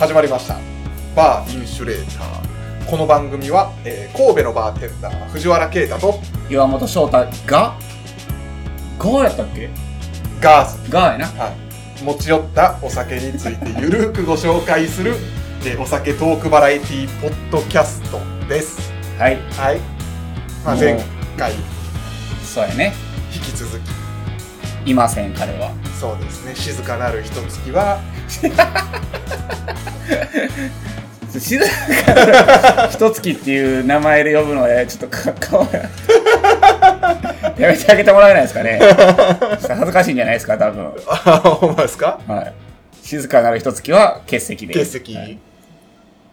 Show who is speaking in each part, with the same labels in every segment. Speaker 1: 始まりましたバーインシュレーターこの番組は、えー神戸のバーテンダー藤原啓太と
Speaker 2: 岩本翔太がガーやったっけ
Speaker 1: ガーズ
Speaker 2: ガーやな
Speaker 1: はい、持ち寄ったお酒についてゆるくご紹介する、えーお酒トークバラエティポッドキャストです
Speaker 2: はい
Speaker 1: はい、まあ、
Speaker 2: もう
Speaker 1: 前回
Speaker 2: そうやね
Speaker 1: 引き続き
Speaker 2: いません彼は
Speaker 1: そうですね静かなる一月は
Speaker 2: 静かひとつきっていう名前で呼ぶのはちょっとかかわいいやめてあげてもらえないですかねちょっと恥ずかしいんじゃないですか多分
Speaker 1: あほんまですか
Speaker 2: はい静かなるひとつきは欠席で
Speaker 1: 欠
Speaker 2: す
Speaker 1: 席、
Speaker 2: はい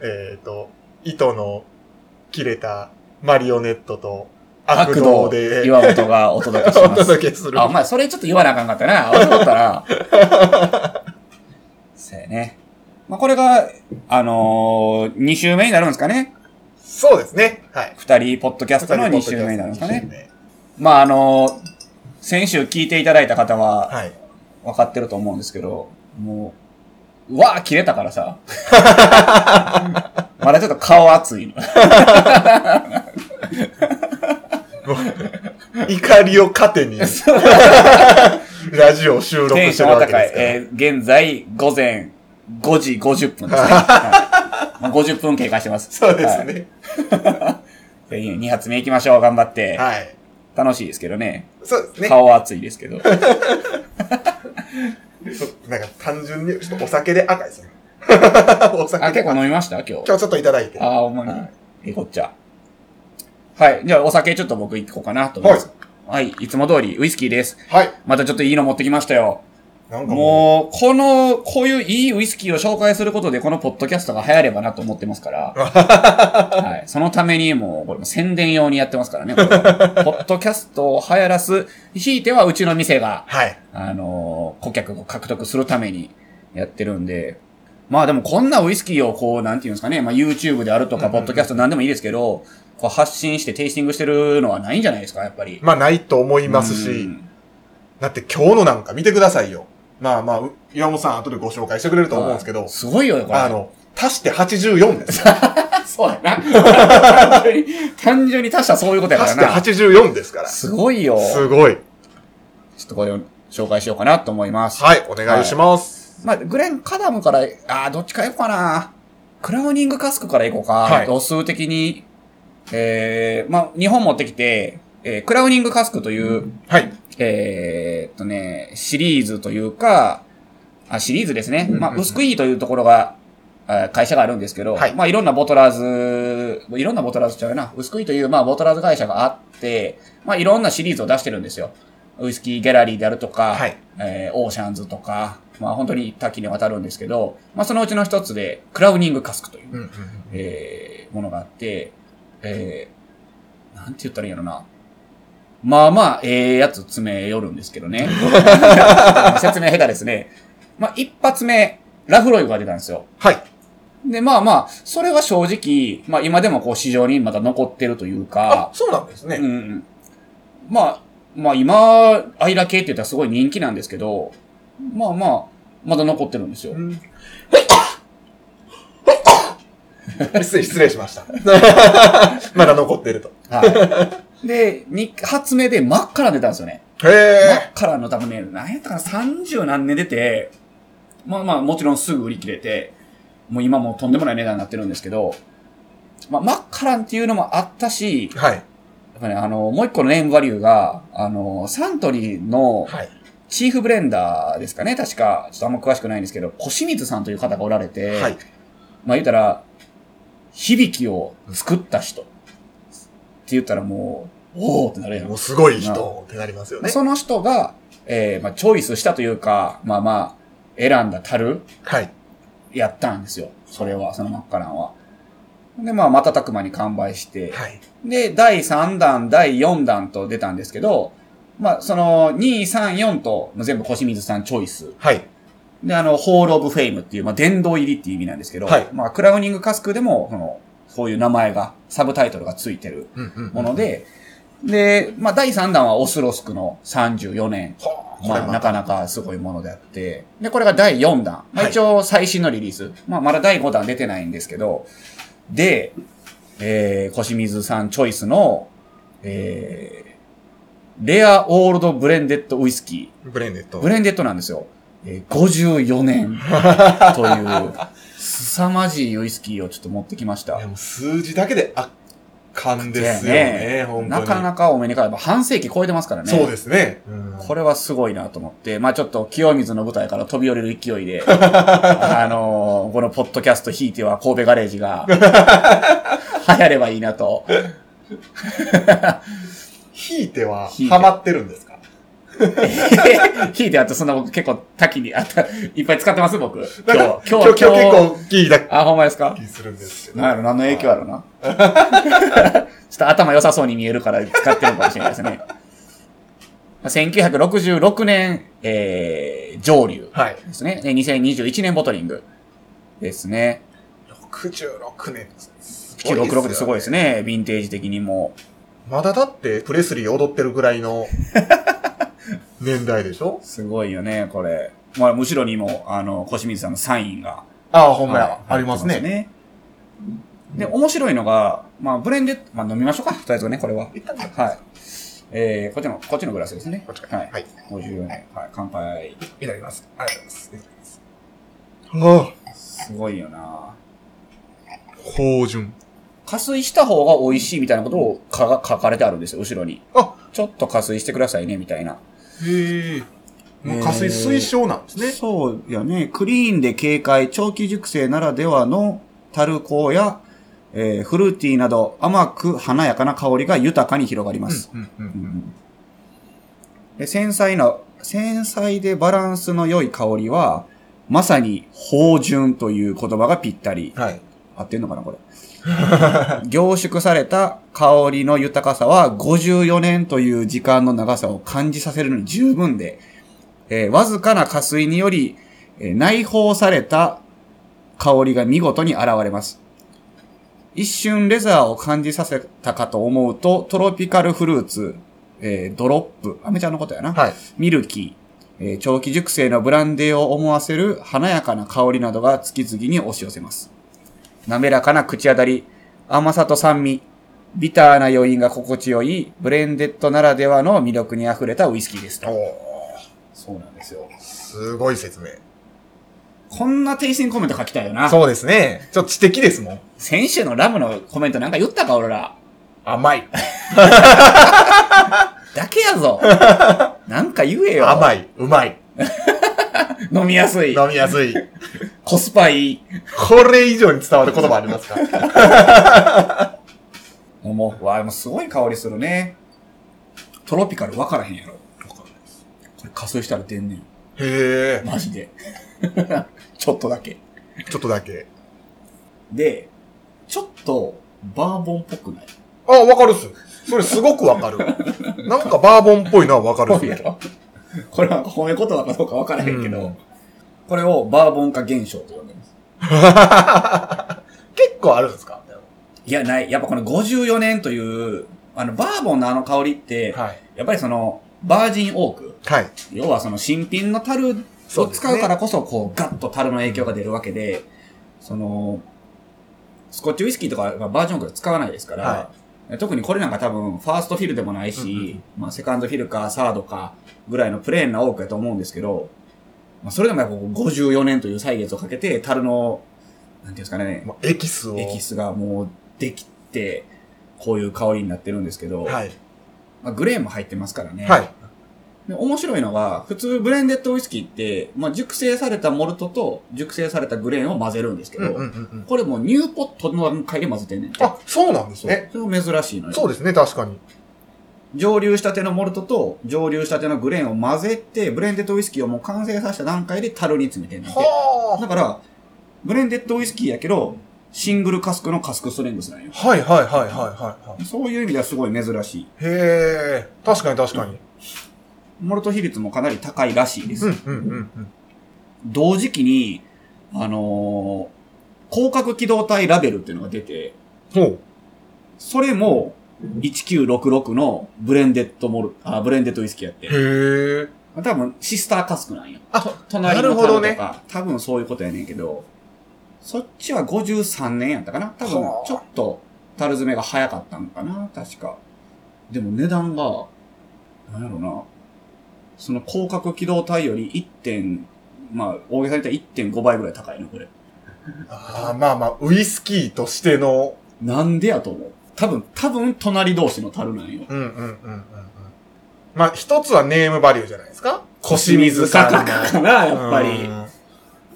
Speaker 1: えっ、と糸の切れたマリオネットと悪
Speaker 2: 悪
Speaker 1: 道
Speaker 2: 道
Speaker 1: で
Speaker 2: 岩本がお届けし
Speaker 1: お
Speaker 2: ます
Speaker 1: 届けする
Speaker 2: あお前それちょっと言わなあかんかった なあそうだったなそうやねまあこれがあのー、2週目になるんですかね
Speaker 1: そうですねはい
Speaker 2: 二人ポッドキャストの2週目になるんですか
Speaker 1: 二週
Speaker 2: ね。
Speaker 1: 目
Speaker 2: まああの、先週聞いていただいた方は
Speaker 1: はい
Speaker 2: 分かってると思うんですけど、もう、うわあ切れたから さ。まだちょっと顔熱いの。
Speaker 1: もう怒りを糧 にラジオを収録
Speaker 2: テン
Speaker 1: し
Speaker 2: シ
Speaker 1: て
Speaker 2: ョ
Speaker 1: る
Speaker 2: ンは
Speaker 1: わけ
Speaker 2: 高
Speaker 1: で
Speaker 2: い
Speaker 1: す。から、
Speaker 2: えー現在午前5時50 分ですね。はいまあ、50分経過してます。
Speaker 1: そうです
Speaker 2: はい
Speaker 1: ね
Speaker 2: という二2発目行きましょう。頑張って。
Speaker 1: はい、
Speaker 2: 楽しいですけどね。
Speaker 1: そうですね
Speaker 2: 顔は熱いですけ ど。
Speaker 1: そうなんか単純にちょっとお酒で赤いですね お
Speaker 2: あ、
Speaker 1: 酒で
Speaker 2: 結
Speaker 1: 赤
Speaker 2: 構
Speaker 1: い
Speaker 2: 飲みました今日。
Speaker 1: 今日ちょっといただいて
Speaker 2: ああ、ほんまに。え、こっちゃ。はい。じゃあ、お酒ちょっと僕行こうかなと思います。はい。いつも通り、ウイスキーです。
Speaker 1: はい
Speaker 2: またちょっといいの持ってきましたよ。
Speaker 1: なんかも
Speaker 2: もう、この、こういういいウイスキーを紹介することで、このポッドキャストが流行ればなと思ってま すから。はい。そのために、もう、これも宣伝用にやってますからね。これ はポッドキャストを流行らす、ひいてはうちの店が
Speaker 1: う、はい
Speaker 2: あのー顧客を獲得するためにやってるんで、まあでもこんなウイスキーをこう、なんていうんですかね、まあ YouTube であると
Speaker 1: う
Speaker 2: か、
Speaker 1: んうん
Speaker 2: ポ
Speaker 1: うん
Speaker 2: ッドキャストなんでもいいですけど、こう発信してテイスティングしてるのはないんじゃないですか、やっぱり。
Speaker 1: まあないと思います
Speaker 2: う
Speaker 1: し、
Speaker 2: ん
Speaker 1: だって今日のなんか見てくださいよ。まあまあ、う岩本さん後でご紹介してくれると思うんですけど、
Speaker 2: すごいよ、これ。
Speaker 1: あの、足して84です。
Speaker 2: そうやな。単純に、単純に足したらそういうことやか
Speaker 1: 足
Speaker 2: ら
Speaker 1: して
Speaker 2: な。
Speaker 1: 84ですから。す
Speaker 2: すごいよ。ちょ
Speaker 1: ごい。
Speaker 2: っとこれを紹介しようかなと思います。
Speaker 1: はい、お願いします。
Speaker 2: まあ、グレン・カダムから、ああ、どっちか行こうかな。クラウニングカスクから行こうか。
Speaker 1: はい
Speaker 2: 度数的に。えー、まあ、日本持ってきて、えー、クラウニングカスクという、
Speaker 1: はい。
Speaker 2: えーっとね、シリーズというか、あ、シリーズですね。
Speaker 1: うんうん
Speaker 2: まあ、ウスクイーというところが、あ会社があるんですけど、
Speaker 1: はい
Speaker 2: まあ、いろんなボトラーズ、いろんなボトラーズちゃうな。ウスクイーという、まあ、ボトラーズ会社があって、まあ、いろんなシリーズを出してるんですよ。ウイスキーギャラリーであるとか、
Speaker 1: はい
Speaker 2: えーオーシャンズとか、まあ、本当に多岐にわたるんですけど、まあ、そのうちの一つで、クラウニングカスクという、
Speaker 1: うんうん
Speaker 2: えーものがあって、えーなんて言ったらいいんやろな。まあまあ、ええやつ詰め寄るんですけどね。 説明下手ですね。まあ、一発目、ラフロイグが出たんですよ。
Speaker 1: はい。
Speaker 2: で、まあまあ、それは正直、まあ今でもこう市場にまだ残ってるという
Speaker 1: あ
Speaker 2: か、、
Speaker 1: そうなんです
Speaker 2: うんう
Speaker 1: ね。
Speaker 2: ん。まあ、まあ今、アイラ系って言ったらすごい人気なんですけど、まあまあ、まだ残ってるんですよ。
Speaker 1: うん 失礼失礼しました。 まだ残ってると。
Speaker 2: はい。で、二発目で真っから出たんですよね。
Speaker 1: へ
Speaker 2: 真
Speaker 1: え。
Speaker 2: っからの多分ね、なんやったかな、30何年出て、まあまあもちろんすぐ売り切れて、もう今もうとんでもない値段になってるんですけど、まあ、真っからんっていうのもあったし、
Speaker 1: はい。
Speaker 2: やっぱね、あの、もう一個のネームバリューが、あの、サントリーの
Speaker 1: はい。
Speaker 2: チーフブレンダーですかね、確か、ちょっとあんま詳しくないんですけど、小清水さんという方がおられて、
Speaker 1: はい。
Speaker 2: まあ言うたら、響きを作った人。って言ったらもう、おおってなるやん
Speaker 1: も。うすごい人ってなりますよ
Speaker 2: まあ
Speaker 1: ね。
Speaker 2: その人が、えーまあ、チョイスしたというか、まあまあ、選んだ樽、
Speaker 1: はい。
Speaker 2: やったんですよ。それは、そのマッカランは。で、まあ、瞬く間に完売して、
Speaker 1: はい。
Speaker 2: で、第3弾、第4弾と出たんですけど、まあ、その、2、3、4と、もう全部小清水さんチョイス。
Speaker 1: はい。
Speaker 2: で、あの、ホールオブフェイムっていう、まあ、殿堂入りっていう意味なんですけど、
Speaker 1: はい
Speaker 2: まあ、クラウニングカスクでも、その、そういう名前が、サブタイトルがついてる
Speaker 1: うんうん
Speaker 2: もので、で、まあ、第3弾はオスロスクの34年。
Speaker 1: はあ、これ
Speaker 2: まあ、な
Speaker 1: ま
Speaker 2: かなかすごいものであって。で、これが第4弾。まあ、一応最新のリリース。まあ、まだ第5弾出てないんですけど。で、えー、小清水さんチョイスの、えー、レアオールドブレンデッドウイスキ
Speaker 1: ブレンデッド。
Speaker 2: ー。ブレンデッドなんですよ。えー、54年 という、凄まじいウイスキーをちょっと持ってきました
Speaker 1: いや。もう数字だけで圧巻ですよ
Speaker 2: だ
Speaker 1: ね、
Speaker 2: よ
Speaker 1: 本当
Speaker 2: な
Speaker 1: に。
Speaker 2: かなかお目にかかれば半世紀超えてますからね。
Speaker 1: そうですね。うん
Speaker 2: これはすごいなと思って、まあちょっと清水の舞台から飛び降りる勢い で、あのーこのポッドキャストひいては神戸ガレー ジが、流行ればいいなと。
Speaker 1: 引いては
Speaker 2: 引い、て
Speaker 1: ハマってるんですか
Speaker 2: ひいてあとそんな僕結構多岐にあった、いっぱい使ってます僕。今日、
Speaker 1: なんか
Speaker 2: 今日、
Speaker 1: 今日、今日結構聞いた
Speaker 2: あ、ほんまですか
Speaker 1: 気するんですけど。
Speaker 2: なんやろ、何の影響あるな。 ちょっと頭良さそうに見えるから使ってるかもしれないですね。1966年、えー、上流
Speaker 1: はい。
Speaker 2: ですね。で2021年ボトリングですね。
Speaker 1: 66年ですごいですよ
Speaker 2: 966ってすごいですね。ヴィンテージ的にも。
Speaker 1: まだだって、プレスリー踊ってるぐらいの年代でしょ
Speaker 2: すごいよね、これ。まあ、後ろにも、あの、小清水さんのサインが。
Speaker 1: ああ、ほんま
Speaker 2: はい
Speaker 1: や。ありますね。。
Speaker 2: で、面白いのが、まあ、ブレンデッド、まあ、飲みましょうか。とりあえずね、これは。
Speaker 1: 一旦ね
Speaker 2: はい。えー、こっちの、こっちのグラスですね。
Speaker 1: こっちか
Speaker 2: はい。
Speaker 1: はい。
Speaker 2: 54年。はい、乾杯。
Speaker 1: いただきます。ありがとうございます。あ
Speaker 2: すごいよな
Speaker 1: あ、芳醇。
Speaker 2: 加水した方が美味しいみたいなことをかが書かれてあるんですよ、後ろに。
Speaker 1: あ
Speaker 2: ちょっと加水してくださいね、みたいな。
Speaker 1: へえ。もう加水
Speaker 2: えー
Speaker 1: 推奨なんですね。
Speaker 2: そうよね。クリーンで軽快、長期熟成ならではの樽香や、えーフルーティーなど甘く華やかな香りが豊かに広がりま。
Speaker 1: うんうんう
Speaker 2: うん
Speaker 1: ん
Speaker 2: で繊細な、繊細でバランスの良い香りは、まさに芳醇という言葉がぴったり。
Speaker 1: はい。
Speaker 2: 合ってんのかな、これ。凝縮され た香りの豊かさは54年という時間の長さを感じさせるのに十分で、えーわずかな加水により、えー内包された香りが見事に現れます。一瞬レザーを感じさせたかと思うと、トロピカルフルーツ、えードロップ、アメちゃんのことやな。
Speaker 1: はい。
Speaker 2: ミルキー、えー長期熟成のブランデーを思わせる華やかな香りなどが次々に押し寄せます。滑らかな口当たり、甘さと酸味、ビターな余韻が心地よい、ブレンデッドならではの魅力に溢れたウイスキーです
Speaker 1: お
Speaker 2: と。
Speaker 1: お
Speaker 2: そうなんですよ。
Speaker 1: ー、すごい説明。
Speaker 2: こんなテイスティングコメント書きたいよな。
Speaker 1: そうですね。ちょっと知的ですもん。
Speaker 2: 先週のラムのコメントなんか言ったか、俺ら。
Speaker 1: 甘い。
Speaker 2: だけや ぞ。なんか言えよ。
Speaker 1: 甘い。うまい。
Speaker 2: 飲みやすい。
Speaker 1: 飲みやすい。
Speaker 2: コスパいい。
Speaker 1: これ以上に伝わる言葉ありますか
Speaker 2: 飲もう。わあ、もうすごい香りするね。トロピカル分からへんやろ。これ仮装したら出んねん。
Speaker 1: へえ。
Speaker 2: マジで。 ちょっとだけ。
Speaker 1: ちょっとだけ。
Speaker 2: で、ちょっと、バーボンっぽくない
Speaker 1: あ、わかるっす。それすごく わかる。なんかバーボンっぽいのはわかるっ
Speaker 2: ぽいや
Speaker 1: す。
Speaker 2: ろこれは褒め言葉かどうか分からへんけど、
Speaker 1: うん
Speaker 2: これをバーボン化現象と呼んでます。
Speaker 1: 結構あるんですか
Speaker 2: いや、ない。やっぱこの54年という、あの、バーボンのあの香りって、
Speaker 1: はい。
Speaker 2: やっぱりその、バージンオーク。
Speaker 1: はい。
Speaker 2: 要はその新品の樽を使うからこそ、こう、ガッと樽の影響が出るわけで、その、スコッチウイスキーとかはバージョンオークで使わないですから、
Speaker 1: は
Speaker 2: 特にこれなんか多分、ファーストフィルでもないし、
Speaker 1: うんうん
Speaker 2: まあ、セカンドフィルか、サードか、ぐらいのプレーンなオークやと思うんですけど、まあ、それでもやっぱこう54年という歳月をかけて、樽の、なんていうんですかね、
Speaker 1: もうエキスを。
Speaker 2: エキスがもうできて、こういう香りになってるんですけど、
Speaker 1: はい。
Speaker 2: まあ、グレーも入ってますからね。
Speaker 1: はい。
Speaker 2: で面白いのが、普通ブレンデッドウイスキーって、まあ、熟成されたモルトと熟成されたグレーンを混ぜるんですけ
Speaker 1: う
Speaker 2: ど、
Speaker 1: んうんうんうん。
Speaker 2: これもうニューポットの段階で混ぜてんねんて。
Speaker 1: あ、そうなんです
Speaker 2: そう
Speaker 1: ね。。
Speaker 2: それが珍しいのよ。
Speaker 1: そうですね、確かに。
Speaker 2: 蒸留したてのモルトと蒸留したてのグレーンを混ぜて、ブレンデッドウイスキーをもう完成させた段階で樽に詰めてんねんて。
Speaker 1: は
Speaker 2: だから、ブレンデッドウイスキーやけど、シングルカスクのカスクストレングスなんよ。
Speaker 1: あ。はいはいはいはいはいはい。
Speaker 2: そういう意味ではすごい珍しい。
Speaker 1: へえ、確かに確かに。
Speaker 2: モルト比率もかなり高いらしいです。
Speaker 1: うんうんうんうん。
Speaker 2: 同時期に、あのー広角機動隊ラベルっていうのが出て、
Speaker 1: ほう。
Speaker 2: それも、 1966のブレンデッドモル、あ、ブレンデッドウイスキーやって。
Speaker 1: へえ。
Speaker 2: 多分、シスターカスクなんよ。
Speaker 1: あ
Speaker 2: と隣
Speaker 1: な
Speaker 2: の
Speaker 1: る
Speaker 2: タ
Speaker 1: ほ
Speaker 2: ロとか、
Speaker 1: どね
Speaker 2: 多分そういうことやねんけど、そっちは53年やったかな多分
Speaker 1: は、あ
Speaker 2: ちょっと、樽詰めが早かったのかな確か。でも値段が、なんやろな、その広角機動体より1点、まあ、大げさに言ったら1.5倍ぐらい高いの、これ。
Speaker 1: ああ、まあまあ、ウイスキーとしての、
Speaker 2: なんでやと思う多分、多分、隣同士の樽なんよ。
Speaker 1: うんうんうんうんうん。まあ、一つはネームバリューじゃないですか腰水
Speaker 2: か
Speaker 1: さ
Speaker 2: か
Speaker 1: ん
Speaker 2: か
Speaker 1: の。
Speaker 2: な、やっぱり。
Speaker 1: うん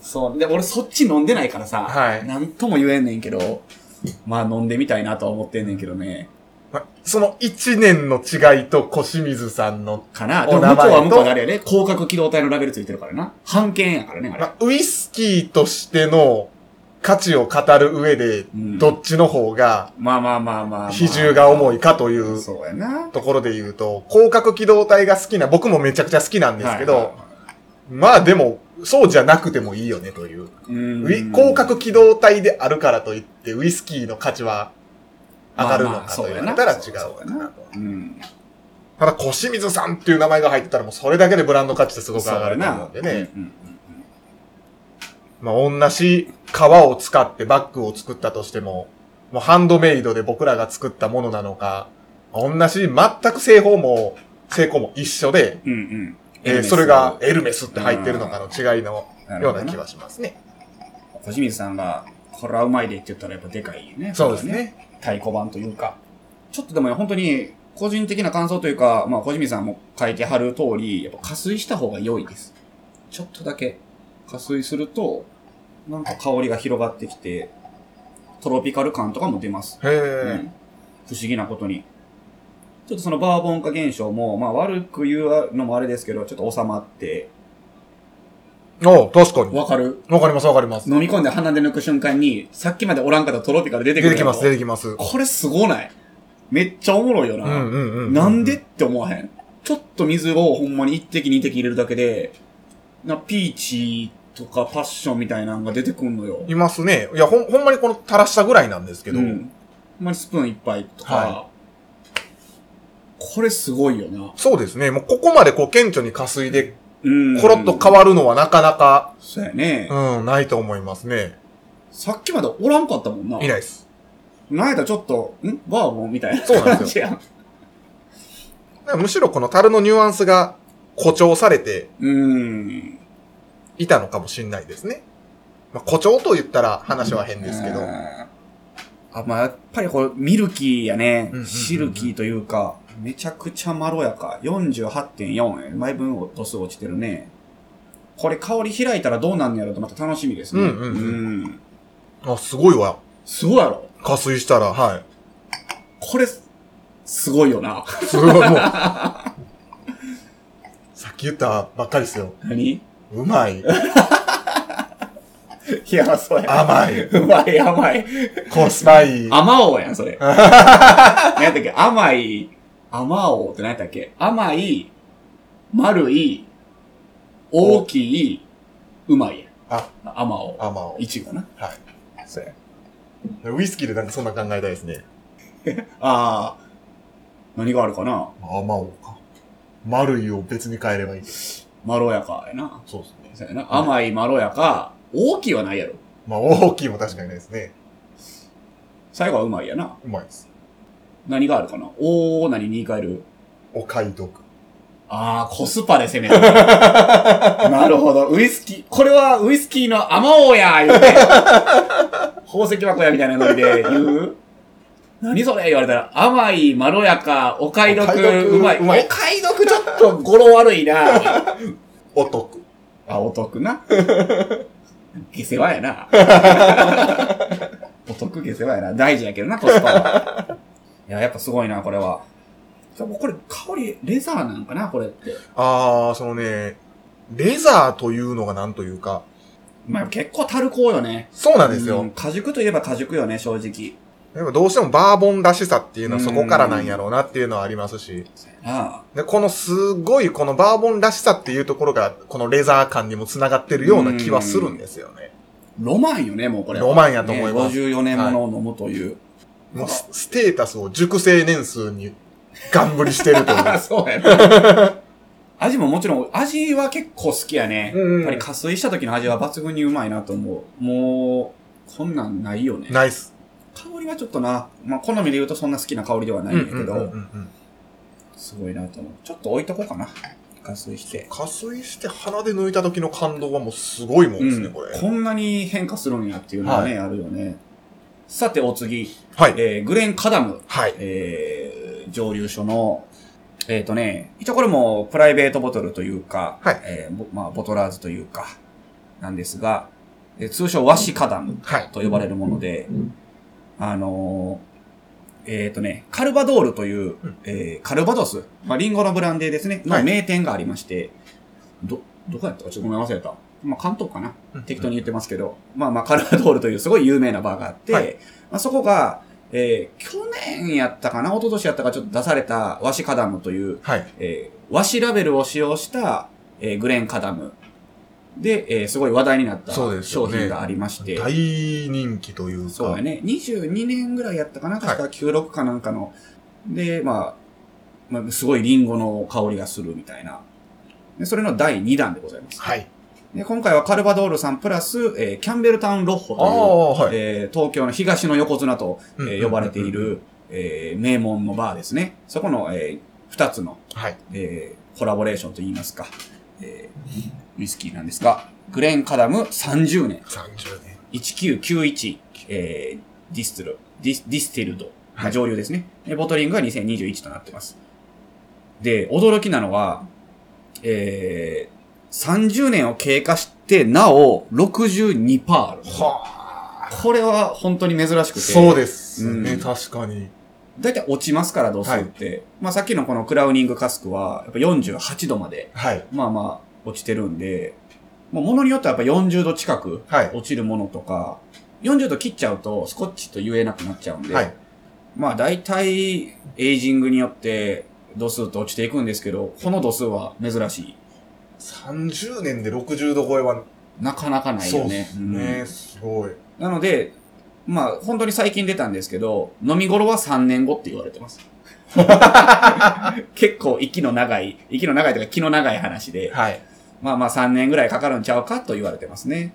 Speaker 2: そう。で、俺そっち飲んでないからさ、
Speaker 1: はい
Speaker 2: なんとも言えんねんけど、まあ飲んでみたいなとは思ってんねんけどね。
Speaker 1: まあその一年の違いと腰水さんの、
Speaker 2: かな。
Speaker 1: お
Speaker 2: でも向こ
Speaker 1: 名
Speaker 2: う
Speaker 1: 前
Speaker 2: は
Speaker 1: と
Speaker 2: 向こうであれやね、広角機動隊のラベルついてるからな。半券やからね、あれ。
Speaker 1: まあ、ウイスキーとしての価値を語る上で、
Speaker 2: うん
Speaker 1: どっちの方が
Speaker 2: まあまあまあまあ、まあ。
Speaker 1: 比重が重いかという
Speaker 2: そうやな。
Speaker 1: ところで言うと、広角機動隊が好きな、僕もめちゃくちゃ好きなんですけど、
Speaker 2: はいはいは
Speaker 1: まあでも、そうじゃなくてもいいよねという。
Speaker 2: い、うん
Speaker 1: ウィ広角機動隊であるからといって、ウイスキーの価値は上がるの
Speaker 2: まあまあ
Speaker 1: か
Speaker 2: そ
Speaker 1: と
Speaker 2: うや
Speaker 1: 言
Speaker 2: な
Speaker 1: われたら違う
Speaker 2: そう
Speaker 1: か
Speaker 2: や
Speaker 1: な
Speaker 2: な
Speaker 1: と。
Speaker 2: うん。
Speaker 1: ただ、小清水さんっていう名前が入ってたら、もうそれだけでブランド価値ってすごく上がると思うんでね。
Speaker 2: うんうん
Speaker 1: まあ、同じ革を使ってバッグを作ったとしても、もうハンドメイドで僕らが作ったものなのか、同じ全く製法も、製法も一緒で、
Speaker 2: うん。うんうん。
Speaker 1: えーそれがエルメスって入ってるのかの違いのような気
Speaker 2: は。
Speaker 1: はしますね。
Speaker 2: 小清水さんが、これはうまいでって言ったらやっぱでかいよね。
Speaker 1: そうですね。
Speaker 2: 太鼓判というか、ちょっとでもね、本当に、個人的な感想というか、まあ、小泉さんも書いてはる通り、やっぱ加水した方が良いです。ちょっとだけ加水すると、なんか香りが広がってきて、トロピカル感とかも出ます。
Speaker 1: へ
Speaker 2: う
Speaker 1: え
Speaker 2: ん。不思議なことに。ちょっとそのバーボン化現象も、まあ悪く言うのもあれですけど、ちょっと収まって、
Speaker 1: おう確かに。
Speaker 2: わかる
Speaker 1: わかります、わかります。
Speaker 2: 飲み込んで鼻で抜く瞬間に、さっきまでおらんかったトロピカル出てく
Speaker 1: 出
Speaker 2: る
Speaker 1: て
Speaker 2: や
Speaker 1: き
Speaker 2: ろ
Speaker 1: ます、出てきます。う
Speaker 2: これすごないめっちゃおもろいよな。
Speaker 1: んうんうん。
Speaker 2: なんでって思わへん。ちょっと水をほんまに一滴二滴入れるだけで、な、ピーチとかパッションみたいなのが出てくんのよ。
Speaker 1: いますね。いや、ほん、ほんまにこの垂らしたぐらいなんですけど。
Speaker 2: うん。ほんまにスプーン一杯とか、
Speaker 1: は
Speaker 2: これすごいよな。
Speaker 1: そうですね。もうここまでこう顕著に加水で、
Speaker 2: うん
Speaker 1: コロッと変わるのはなかなか、
Speaker 2: そうやね、
Speaker 1: うん、ないと思いますね。
Speaker 2: さっきまでおらんかったもんな。
Speaker 1: いないです。
Speaker 2: なんやったらちょっと、んバーボンみたいな
Speaker 1: そうなん
Speaker 2: 感
Speaker 1: です
Speaker 2: じやん。
Speaker 1: だからむしろこの樽のニュアンスが誇張されて
Speaker 2: うん。
Speaker 1: いたのかもしれないですね。まあ、誇張と言ったら話は変ですけど。
Speaker 2: あー、あまあ、やっぱりこれ、ミルキーやね
Speaker 1: うんうんうんう。ん
Speaker 2: シルキーというか、めちゃくちゃまろやか。48.4円。毎分度数落ちてるね。これ香り開いたらどうなんのやろうとまた楽しみですね。
Speaker 1: うんうんうん
Speaker 2: ん
Speaker 1: あ、すごいわ。
Speaker 2: すごいやろ
Speaker 1: 加水したら、はい。
Speaker 2: これ、すごいよな。
Speaker 1: すごい、もう。 さっき言ったばっかりですよ。
Speaker 2: 何 いう
Speaker 1: まい。
Speaker 2: や、そうや。
Speaker 1: 甘い。
Speaker 2: うまい、甘い。
Speaker 1: コスパいい。
Speaker 2: 甘おうやん、それ。何やったっけ甘い、甘おうって何やったっけ甘い、丸い、大きい、うまいやん
Speaker 1: あ。
Speaker 2: 甘おう。
Speaker 1: 甘を。
Speaker 2: 一位かな。
Speaker 1: はい。
Speaker 2: そうや。
Speaker 1: ウイスキーでなんかそんな考えたいですね。
Speaker 2: ああ、何があるかな
Speaker 1: 甘をか。丸いを別に変えればいい。そ
Speaker 2: まろやかやな。
Speaker 1: うですね。
Speaker 2: そうやな。甘い、まろやか、大きいはないやろ。
Speaker 1: まあ、大きいも確かにないですね。
Speaker 2: 最後はうまいやな。
Speaker 1: うまいです。
Speaker 2: 何があるかなおー、何に変える
Speaker 1: お買い得。
Speaker 2: ああ、コスパで攻める。 なるほど。ウイスキー、これはウイスキーの甘王や言う て。宝石箱やみたいなノリで言う何それ言われたら、甘い、まろやか、お買い得、
Speaker 1: お買い得
Speaker 2: うまい。
Speaker 1: うまい
Speaker 2: お買い得ちょっと語呂悪い な。
Speaker 1: お得。
Speaker 2: あ、お得 な。下世話や な。お得下世話やな。大事やけどな、コスパは。 いや、やっぱすごいな、これは。しかもこれ、香り、レザーなんかな、これって。
Speaker 1: あー、そのね、レザーというのがなんというか、
Speaker 2: まあ結構樽高よね。
Speaker 1: そうなんですよ。
Speaker 2: うん果熟といえば果熟よね、正直。
Speaker 1: やっぱどうしてもバーボンらしさっていうのはそこからなんやろうなっていうのはありますし、
Speaker 2: ああ。
Speaker 1: で、このすごいこのバーボンらしさっていうところが、このレザー感にも繋がってるような気はするんですよね。
Speaker 2: ロマンよね、もうこれは。
Speaker 1: ロマンやと思います
Speaker 2: ね、54年ものを飲むという。
Speaker 1: もうスステータスを熟成年数にガンぶりしてるという。
Speaker 2: あ そうやな。 味ももちろん、味は結構好きやね。
Speaker 1: うんうん
Speaker 2: やっぱり加水した時の味は抜群にうまいなと思う。もう、こんなんないよね。
Speaker 1: ナイス。
Speaker 2: 香りはちょっとな、まあ好みで言うとそんな好きな香りではないんだけど、
Speaker 1: うんうんうんうん
Speaker 2: すごいなと思う。ちょっと置いとこうかな。加水して。
Speaker 1: 加水して鼻で抜いた時の感動はもうすごいもんですね、これ。
Speaker 2: こんなに変化するんやっていうのはね、あるよね。さて、お次。
Speaker 1: はい。
Speaker 2: えー、グレン・カダム、
Speaker 1: はい。
Speaker 2: えー、蒸留所の、えっ、とね、一応これもプライベートボトルというか、
Speaker 1: はい
Speaker 2: えーぼまあ、ボトラーズというか、なんですが、えー通称和紙カダム
Speaker 1: はい。
Speaker 2: と呼ばれるもので、あのーえっ、とね、カルバドールという、
Speaker 1: うん
Speaker 2: えーカルバドス、まあ、リンゴのブランデーですね、の
Speaker 1: はい
Speaker 2: 名店がありまして、ど、どこやったかちょっとごめん忘れた。まあ、関東かな適当に言ってますけど、まあまあ、カルバドールというすごい有名なバーがあって、
Speaker 1: はい
Speaker 2: まあ、そこが、えー去年やったかな、一昨年やったかちょっと出された和紙カダムという、
Speaker 1: はい。
Speaker 2: えー和紙ラベルを使用した、えーグレンカダムで、えーすごい話題になった
Speaker 1: そうですよ
Speaker 2: 商
Speaker 1: ね
Speaker 2: 品がありまして、
Speaker 1: 大人気というか。
Speaker 2: そうやね、22年ぐらいやったかな、確か96かなんかの、で、まあ、まあ、すごいリンゴの香りがするみたいな。でそれの第2弾でございます。
Speaker 1: はい。
Speaker 2: で今回はカルバドールさんプラス、えーキャンベルタウンロッホ
Speaker 1: ああ、は
Speaker 2: という、
Speaker 1: い。
Speaker 2: えー東京の東の横綱と、え
Speaker 1: うんうんうんう
Speaker 2: ー
Speaker 1: ん
Speaker 2: 呼ばれている、えー名門のバーですね。そこの、えー2つの、
Speaker 1: はい。
Speaker 2: えーコラボレーションといいますか、えーウイスキーなんですが、グレンカダム30年、
Speaker 1: 30年。
Speaker 2: 1991、えーディスティル、ディスディスティルド、まあ上流ですね。でボトリングが2021となってます。で、驚きなのは、えー、30年を経過して、なお62%ある。
Speaker 1: はあ。
Speaker 2: これは本当に珍しくて。
Speaker 1: そうです
Speaker 2: う
Speaker 1: ね、
Speaker 2: ん
Speaker 1: 確かに。
Speaker 2: だいたい落ちますから、度数って。まあさっきのこのクラウニングカスクは、やっぱ48度まで、
Speaker 1: はい。
Speaker 2: まあまあ落ちてるんで、まあ、ものによってはやっぱ40度近く
Speaker 1: はい。
Speaker 2: 落ちるものとか、40度切っちゃうとスコッチと言えなくなっちゃうんで、
Speaker 1: はい。
Speaker 2: まあ大体エイジングによって度数って落ちていくんですけど、この度数は珍しい。
Speaker 1: 30年で60度超えは、
Speaker 2: なかなかない
Speaker 1: そう
Speaker 2: よ
Speaker 1: で
Speaker 2: ね。
Speaker 1: すね。すごい。
Speaker 2: うんなので、まあ本当に最近出たんですけど、飲み頃は3年後って言われてます。結構息の長い、息の長いというか気の長い話で、
Speaker 1: はい。
Speaker 2: まあまあ3年ぐらいかかるんちゃうかと言われてますね。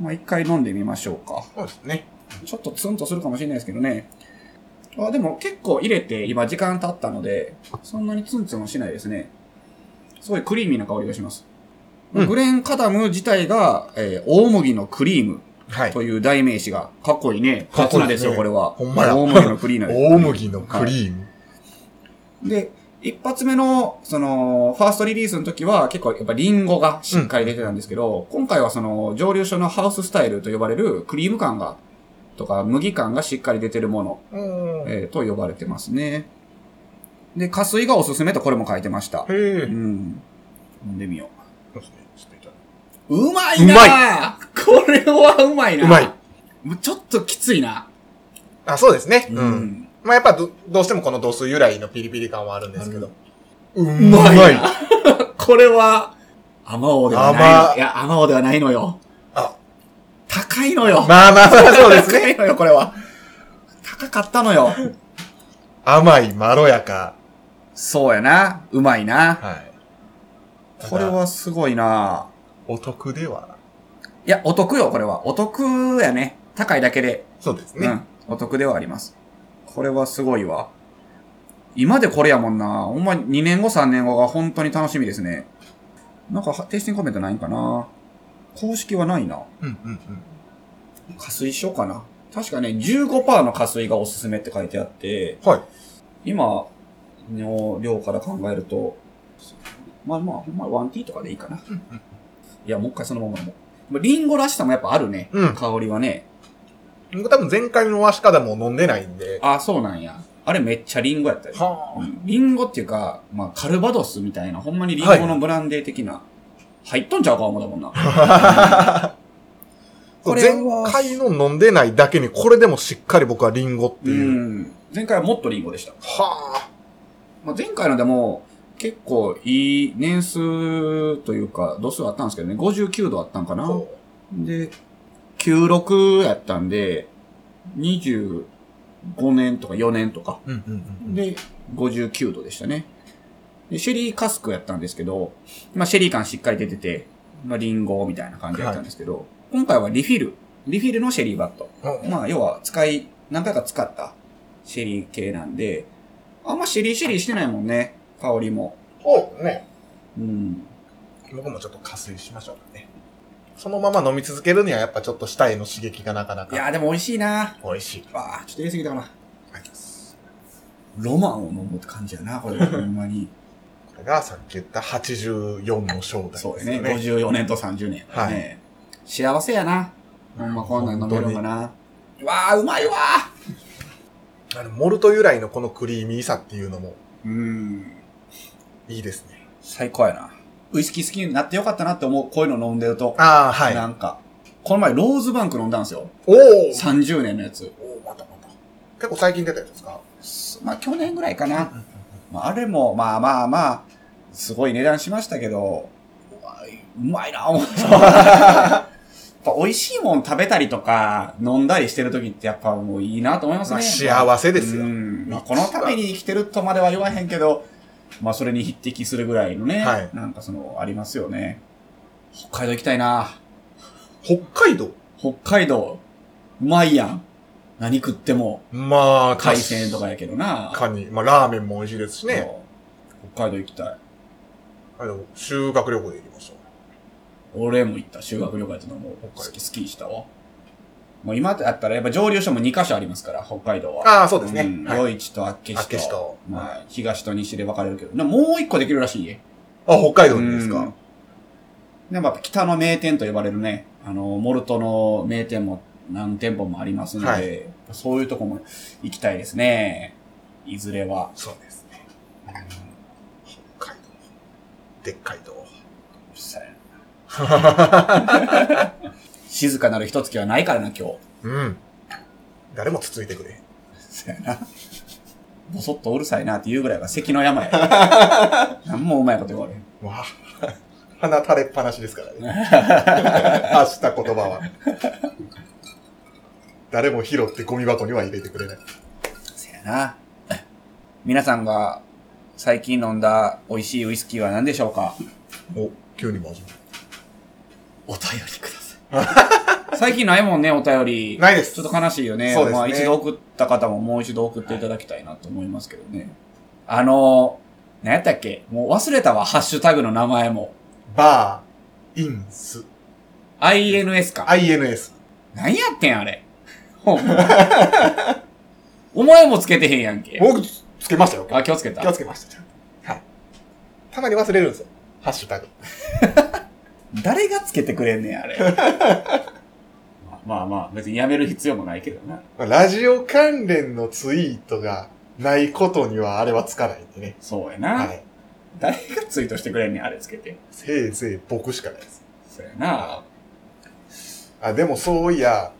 Speaker 2: まあ一回飲んでみましょうか。
Speaker 1: そうですね。
Speaker 2: ちょっとツンとするかもしれないですけどね。あでも結構入れて今時間経ったので、そんなにツンツンはしないですね。すごいクリーミーな香りがします。
Speaker 1: うん
Speaker 2: グレンカダム自体が、えー大麦のクリーム
Speaker 1: はい。
Speaker 2: という代名詞がかっこいいね。
Speaker 1: か
Speaker 2: カ
Speaker 1: っこいい
Speaker 2: ツナですよ、
Speaker 1: ね
Speaker 2: これは。
Speaker 1: ほんまや
Speaker 2: 大麦のクリーム。
Speaker 1: 大麦のクリーム。
Speaker 2: で、一発目の、その、ファーストリリースの時は結構やっぱリンゴがしっかり出てたんですけど、今回はその、蒸留所のハウススタイルと呼ばれるクリーム感が、とか麦感がしっかり出てるもの、
Speaker 1: うんへ
Speaker 2: えーと呼ばれてますね。で、加水がおすすめとこれも書いてました。う
Speaker 1: え。
Speaker 2: ん。飲んでみよ
Speaker 1: そうですねちょっといただ
Speaker 2: う。うまいなあこれはうまいな
Speaker 1: うまい。
Speaker 2: もうちょっときついな。
Speaker 1: くあ、そうですね。うん。。まあやっぱど、どうしてもこの度数由来のピリピリ感はあるんですけど。う
Speaker 2: うまいな。これは、甘おうではない
Speaker 1: 甘
Speaker 2: の。いや、甘おうではないのよ。
Speaker 1: あ、
Speaker 2: 高いのよ。
Speaker 1: まあまあまあ、そうです
Speaker 2: 高
Speaker 1: ね。
Speaker 2: いのよ、これは。高かったのよ。
Speaker 1: 甘い、まろやか。
Speaker 2: そうやな。うまいな。
Speaker 1: はい。
Speaker 2: これはすごいな。
Speaker 1: お得では。
Speaker 2: いや、お得よ、これは。お得やね。高いだけで。
Speaker 1: そうです
Speaker 2: う
Speaker 1: ね。
Speaker 2: ん。お得ではあります。これはすごいわ。今でこれやもんな。ほんま2年後3年後が本当に楽しみですね。なんかテイスティングコメントないんかな。公式はないな。
Speaker 1: うんうんうん。
Speaker 2: 加水しようかな。確かね、15%の加水がおすすめって書いてあって、
Speaker 1: はい。
Speaker 2: 今の量から考えると、まあまあ、ほんまワンティーとかでいいかな。いや、もう一回そのまま飲もうまあリンゴらしさもやっぱあるね。
Speaker 1: うん
Speaker 2: 香りはね。
Speaker 1: 僕多分前回のワシカダも飲んでないんで。
Speaker 2: あ、そうなんや。あれめっちゃリンゴやったよ。
Speaker 1: は
Speaker 2: リンゴっていうか、まあ、カルバドスみたいな、ほんまにリンゴのブランデー的な、入っとんちゃうか思ったもんな。これ
Speaker 1: 前
Speaker 2: は
Speaker 1: 回の飲んでないだけに、これでもしっかり僕はリンゴって
Speaker 2: う
Speaker 1: いう。
Speaker 2: ん。前回はもっとリンゴでした。
Speaker 1: は
Speaker 2: まあ、前回のでも、結構いい年数というか、度数あったんですけどね、59度あったんか
Speaker 1: あ。
Speaker 2: な。
Speaker 1: こ
Speaker 2: で、96やったんで、20、 5年とか4年とか。
Speaker 1: うんうん
Speaker 2: で、59度でしたね。で、シェリーカスクやったんですけど、まあ、シェリー感しっかり出てて、まあ、リンゴみたいな感じだったんですけど、今回はリフィル。リフィルのシェリーバット。
Speaker 1: うん。
Speaker 2: まあ、要は使い、何回か使ったシェリー系なんで、あんまシェリーシェリーしてないもんね。香りも。
Speaker 1: おね、
Speaker 2: うん。
Speaker 1: 僕もちょっと加水しましょうかね。そのまま飲み続けるにはやっぱちょっと舌への刺激がなかないか
Speaker 2: やーでも美味しいな
Speaker 1: 美味しい。
Speaker 2: わあちょっとやりすぎたかな。ロマンを飲むって感じやな、 これ。ほんまに。
Speaker 1: これがさっき言った84の正体ですね。
Speaker 2: そうですね。54年と30年、ね。
Speaker 1: はい
Speaker 2: 幸せやな。ほんまこんなん飲めるのかな。わあうまいわ
Speaker 1: あの、モルト由来のこのクリーミーさっていうのも
Speaker 2: うん。
Speaker 1: いいですね。
Speaker 2: 最高やな。ウイスキー好きになってよかったなって思う。こういうの飲んでると。
Speaker 1: ああ、は
Speaker 2: なんか。この前、ローズバンク飲んだんですよ。
Speaker 1: おお
Speaker 2: 30年のやつ。
Speaker 1: おおまたまた。結構最近出たやつですか
Speaker 2: まあ、去年ぐらいかな。まあ、あれも、まあまあまあ、すごい値段しましたけど、うまいうまいな、思った。 やっぱ美味しいもん食べたりとか、飲んだりしてる時ってやっぱもういいなと思います
Speaker 1: ま
Speaker 2: ね。
Speaker 1: あ、幸せですよ。
Speaker 2: うんまあ、このために生きてるとまでは言わへんけど、まあ、それに匹敵するぐらいのね、
Speaker 1: はい
Speaker 2: なんかその、ありますよね。北海道行きたいな。
Speaker 1: 北海道
Speaker 2: 北海道、うまいやん。何食っても、
Speaker 1: まあ、
Speaker 2: 海鮮とかやけどな。
Speaker 1: かに。まあ、ラーメンも美味しいですしね。
Speaker 2: そう。北海道行きたい。
Speaker 1: あの、修学旅行で行きましょ
Speaker 2: 俺も行った。修学旅行やったのも
Speaker 1: 北海道
Speaker 2: 好き、好きしたわ。もう今だったらやっぱ上流所も2カ所ありますから、北海道
Speaker 1: う。
Speaker 2: は。
Speaker 1: ああ、そうですね。
Speaker 2: ん
Speaker 1: はい。
Speaker 2: 余市と厚
Speaker 1: あけ
Speaker 2: 岸
Speaker 1: し
Speaker 2: と。
Speaker 1: と。
Speaker 2: ま
Speaker 1: あ、
Speaker 2: あ、東と西で分かれるけど、なもう一個できるらしいね。
Speaker 1: 北海道にですか。
Speaker 2: うん。でもやっぱ北の名店と呼ばれるね、あの、モルトの名店も何店舗もありますので、
Speaker 1: は
Speaker 2: そういうとこも行きたいですね。いずれは。
Speaker 1: そうですね。北海道。でっかい道。
Speaker 2: 静かなる一月はないからな、今日。
Speaker 1: うん。誰もつついてくれ。
Speaker 2: そやな。ぼそっとうるさいなって言うぐらいが関の山や。なんもうまいこと言われへん。
Speaker 1: わあ。 鼻垂れっぱなしです からね。発した言葉は。誰も拾ってゴミ箱には入れてくれない。
Speaker 2: そやな。皆さんが最近飲んだ美味しいウイスキーは何でしょうか
Speaker 1: お、急に真面
Speaker 2: お便りくださ い。最近ないもんね、お便り。
Speaker 1: 目。ないです。
Speaker 2: ちょっと悲しいよね。
Speaker 1: そうですね
Speaker 2: まあ一度送った方ももう一度送っていただきたいなと思いますけどね。あの、何やったっけもう忘れたわ、ハッシュタグの名前も。
Speaker 1: バー、インス、
Speaker 2: INS か。
Speaker 1: INS。
Speaker 2: 何やってん、あれ。ほんまお前もつけてへんやんけ。
Speaker 1: 僕、つけましたよ。
Speaker 2: あ、気をつけた
Speaker 1: 気を。つけました。ちゃんとはい。たまに忘れるんですよ。ハッシュタグ。
Speaker 2: 誰がつけてくれんねん、あれ。 まあまあ、別にやめる必要もないけどな。
Speaker 1: ラジオ関連のツイートがないことにはあれはつかないんでね。
Speaker 2: そうやな。
Speaker 1: はい。
Speaker 2: 誰がツイートしてくれんねん、あれつけて。
Speaker 1: せいぜい僕しかないです。
Speaker 2: そうやな。
Speaker 1: あ、でもそういや、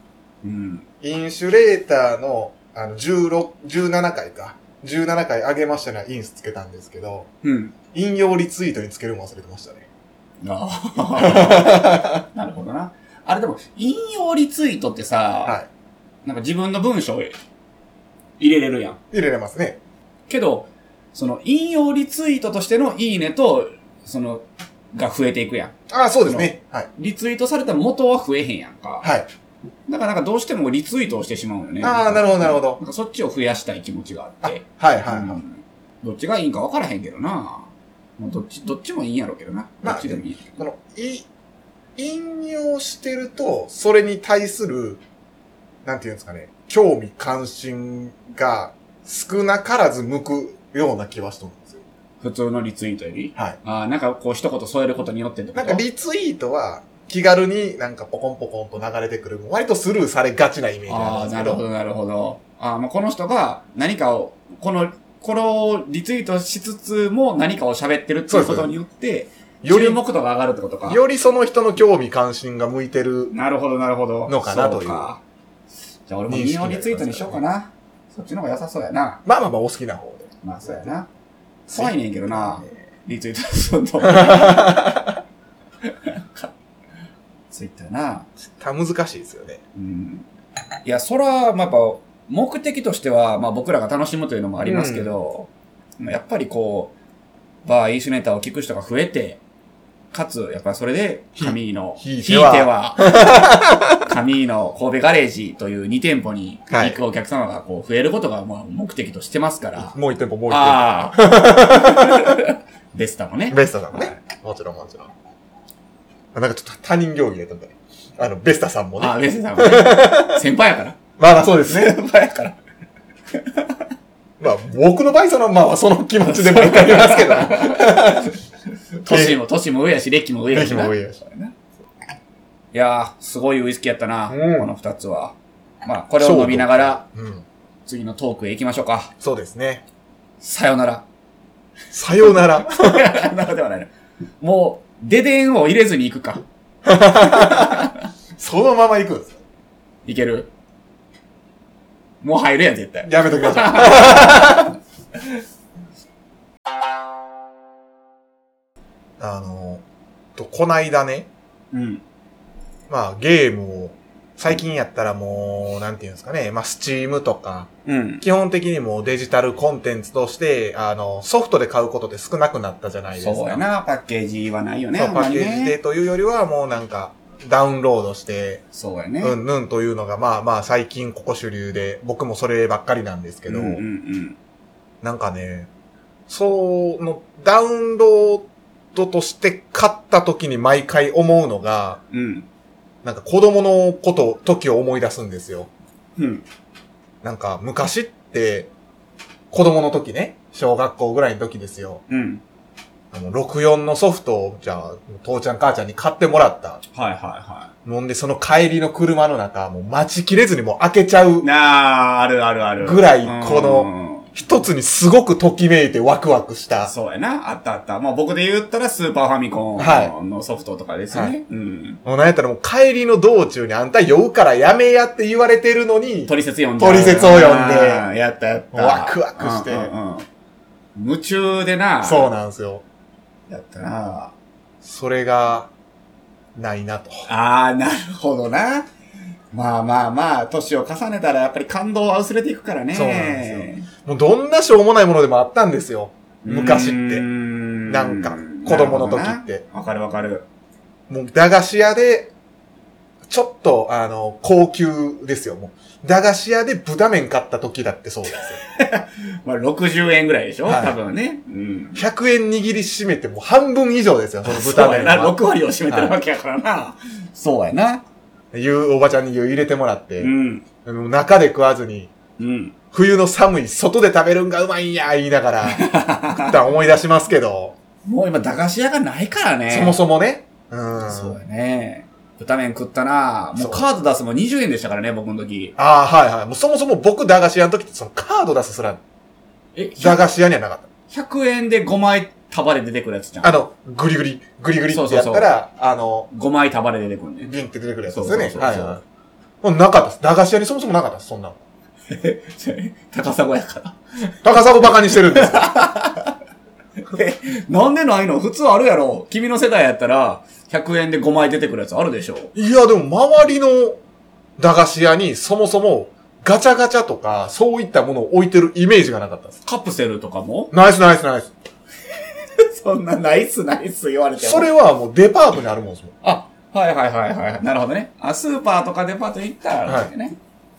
Speaker 2: うん。
Speaker 1: インシュレーターの、あの、16、17回か。17回上げましたね。インスつけたんですけど、
Speaker 2: うん。
Speaker 1: 引用リツイートにつけるの忘れてましたね。
Speaker 2: ああ。 なるほどな。あれでも、引用リツイートってさ、
Speaker 1: は
Speaker 2: なんか自分の文章入れれるやん。
Speaker 1: い。入れれますね。
Speaker 2: けど、その、引用リツイートとしてのいいねと、その、が増えていくやん。
Speaker 1: あ、そうですね。はい。
Speaker 2: リツイートされた元は増えへんやんか。
Speaker 1: はい。
Speaker 2: だからなんかどうしてもリツイートをしてしまうよね。
Speaker 1: ああ、なるほど、なるほど
Speaker 2: な。んかそっちを増やしたい気持ちがあって。
Speaker 1: はい、はい。はい
Speaker 2: うんどっちがいいんか分からへんけどな。もうどっち、どっちもいいんやろうけどな。
Speaker 1: まあ
Speaker 2: どっちでもいいやろうけど。
Speaker 1: この、い、引用してると、それに対する、なんていうんですかね、興味関心が少なからず向くような気はしとるんですよ。
Speaker 2: 普通のリツイートより。
Speaker 1: はい。
Speaker 2: ああ、なんかこう一言添えることによってってこと
Speaker 1: なんかリツイートは、気軽になんかポコンポコンと流れてくる分、割とスルーされがちなイメージ
Speaker 2: あ
Speaker 1: なん
Speaker 2: あ、
Speaker 1: です
Speaker 2: な
Speaker 1: け
Speaker 2: る
Speaker 1: ど
Speaker 2: ほ、ど、なるほど。ああ、まあこの人が何かを、この、これをリツイートしつつも何かを喋ってるっていうことによって、
Speaker 1: よ
Speaker 2: 注
Speaker 1: り、
Speaker 2: 目度が上がるってことか。
Speaker 1: よりその人の興味関心が向いてる。
Speaker 2: なるほど、なるほど。
Speaker 1: のかな
Speaker 2: そ
Speaker 1: という
Speaker 2: かじゃあ俺も引用リツイートにしようかな。そっちの方が良さそうやな。
Speaker 1: まあまあまあ、お好きな方で。
Speaker 2: まあ、そうやな。怖いねんけどな。リツイート すると。ツイッターな。
Speaker 1: た難しいですよね。
Speaker 2: うん。いや、そら、まあ、やっぱ、目的としては、まあ僕らが楽しむというのもありますけど、まあやっぱりこう、バーイーシュネタを聞く人が増えて、かつ、やっぱりそれで、神井の、
Speaker 1: ひ
Speaker 2: ひいては、 神井の神戸ガレージという2店舗に行くお客様がこう増えることがまあ目的としてますから、
Speaker 1: もう一店舗、もう一店
Speaker 2: ああ。 ベスタもね
Speaker 1: 舗。。ベスタさんもね。もちろん、もちろん。あなんかちょっと他人行儀で、あの、ベスタさんもね。
Speaker 2: ああ、ベスタさんもね。先輩やから。
Speaker 1: まあまあそうですね。
Speaker 2: 先輩や から。
Speaker 1: まあ、僕の場合、その、まあ、その気持ちでもわかりますけど。
Speaker 2: 年も、年も上やし、歴も上やしな。
Speaker 1: 歴も
Speaker 2: い
Speaker 1: 上やし
Speaker 2: やー、すごいウイスキーやったな、
Speaker 1: うん
Speaker 2: この二つは。まあ、これを飲みながら、
Speaker 1: うん。
Speaker 2: 次のトークへ行きましょうか。
Speaker 1: そうですね。
Speaker 2: さよなら。
Speaker 1: さようなら。
Speaker 2: さよならではないな。もう、デデンを入れずに行くか。
Speaker 1: そのまま行くんですよ
Speaker 2: いけるもう入るやん、絶対。
Speaker 1: やめときましょう。 あの、と、こないだね、
Speaker 2: うん。
Speaker 1: まあ、ゲームを、最近やったらもう、なんていうんですかね、まあ、スチームとか、
Speaker 2: うん。
Speaker 1: 基本的にもうデジタルコンテンツとして、あの、ソフトで買うことって少なくなったじゃないですか。
Speaker 2: そうやな、パッケージはないよね。
Speaker 1: そう
Speaker 2: あん
Speaker 1: パ
Speaker 2: ま
Speaker 1: ッ
Speaker 2: り
Speaker 1: ケ
Speaker 2: ね
Speaker 1: ージでというよりは、もうなんか、ダウンロードして、
Speaker 2: そうやね。
Speaker 1: うんぬんというのが、まあまあ最近ここ主流で、僕もそればっかりなんですけど、
Speaker 2: うんうんうん。
Speaker 1: なんかね、その、ダウンロードとして買った時に毎回思うのが、
Speaker 2: うん。
Speaker 1: なんか子供のこと、時を思い出すんですよ。
Speaker 2: うん。
Speaker 1: なんか昔って、子供の時ね、小学校ぐらいの時ですよ。
Speaker 2: うん。
Speaker 1: あの、64のソフトを、じゃあ、父ちゃん母ちゃんに買ってもらった。
Speaker 2: はいはいは
Speaker 1: もんで、その帰りの車の中、もう待ちきれずにもう開けちゃう
Speaker 2: い。。なあ、あるあるある。
Speaker 1: ぐらい
Speaker 2: うん
Speaker 1: この。一つにすごくときめいてワクワクした。
Speaker 2: そうやな。あったあった。まあ僕で言ったらスーパーファミコ
Speaker 1: は
Speaker 2: ンのソフトとかですね。
Speaker 1: はい
Speaker 2: うん。
Speaker 1: もうなんやったらもう帰りの道中にあんた酔うからやめやって言われてるのに、
Speaker 2: トリセツ読んで。
Speaker 1: トリセツを読んで
Speaker 2: あーやったやった。
Speaker 1: ワクワクして
Speaker 2: うんうんうん夢中でな。
Speaker 1: そうなんですよ。
Speaker 2: やったな。
Speaker 1: それが、ないなと。
Speaker 2: ああ、なるほどな。まあまあまあ、年を重ねたらやっぱり感動は薄れていくからね。
Speaker 1: そうなんでもうどんなしょうもないものでもあったんですよ。昔ってな
Speaker 2: なん
Speaker 1: か、子供の時って。
Speaker 2: わかるわかる。
Speaker 1: もう駄菓子屋で、ちょっと、あの、高級ですよ、もう。駄菓子屋で豚麺買った時だってそうですよ。
Speaker 2: まあ、60円ぐらいでしょ、
Speaker 1: はい
Speaker 2: 多分ね。うん。
Speaker 1: 100円握りしめてもう半分以上ですよ、その豚
Speaker 2: そうや
Speaker 1: 麺
Speaker 2: な、
Speaker 1: は。
Speaker 2: 6割を占めてるわけやからな。そうやな。
Speaker 1: いうおばちゃんに湯入れてもらって、
Speaker 2: うん。
Speaker 1: あの中で食わずに、
Speaker 2: うん。
Speaker 1: 冬の寒い外で食べるんがうまいんや言いな がら、食ったん思い出しますけど、
Speaker 2: もう今、駄菓子屋がないからね。
Speaker 1: そもそもね。うん。
Speaker 2: そうやね。豚麺食ったな。も
Speaker 1: そうう
Speaker 2: カード出すのも20円でしたからね、僕の時。
Speaker 1: ああ、はいはい。もうそもそも僕駄菓子屋の時ってそのカード出すすら、
Speaker 2: え、
Speaker 1: 駄
Speaker 2: 100
Speaker 1: 菓子屋にはなかっ
Speaker 2: 円で5枚束で出てくるやつじゃ
Speaker 1: た。あ
Speaker 2: ん。
Speaker 1: の、グリグリ、グリグリってやったら、あの、
Speaker 2: 5枚束で出てくるね。
Speaker 1: ビンって出てくるやつですよね。
Speaker 2: そうそうそう
Speaker 1: はいはい。もうなかったです。駄菓子屋にそもそもなかったです、そんなの。
Speaker 2: 高砂やから。
Speaker 1: 高砂をバカにしてるんですよ。
Speaker 2: え、なんでないの普通あるやろ。君の世代やったら、100円で5枚出てくるやつあるでしょ。
Speaker 1: いや、でも周りの駄菓子屋にそもそもガチャガチャとか、そういったものを置いてるイメージがなかったです。
Speaker 2: カプセルとかも
Speaker 1: ナイスナイスナイス。
Speaker 2: そんなナイスナイス言われても
Speaker 1: それはもうデパートにあるもんですもん。
Speaker 2: あ、はいはいはいはい。なるほどね。あ、スーパーとかデパート行ったらね。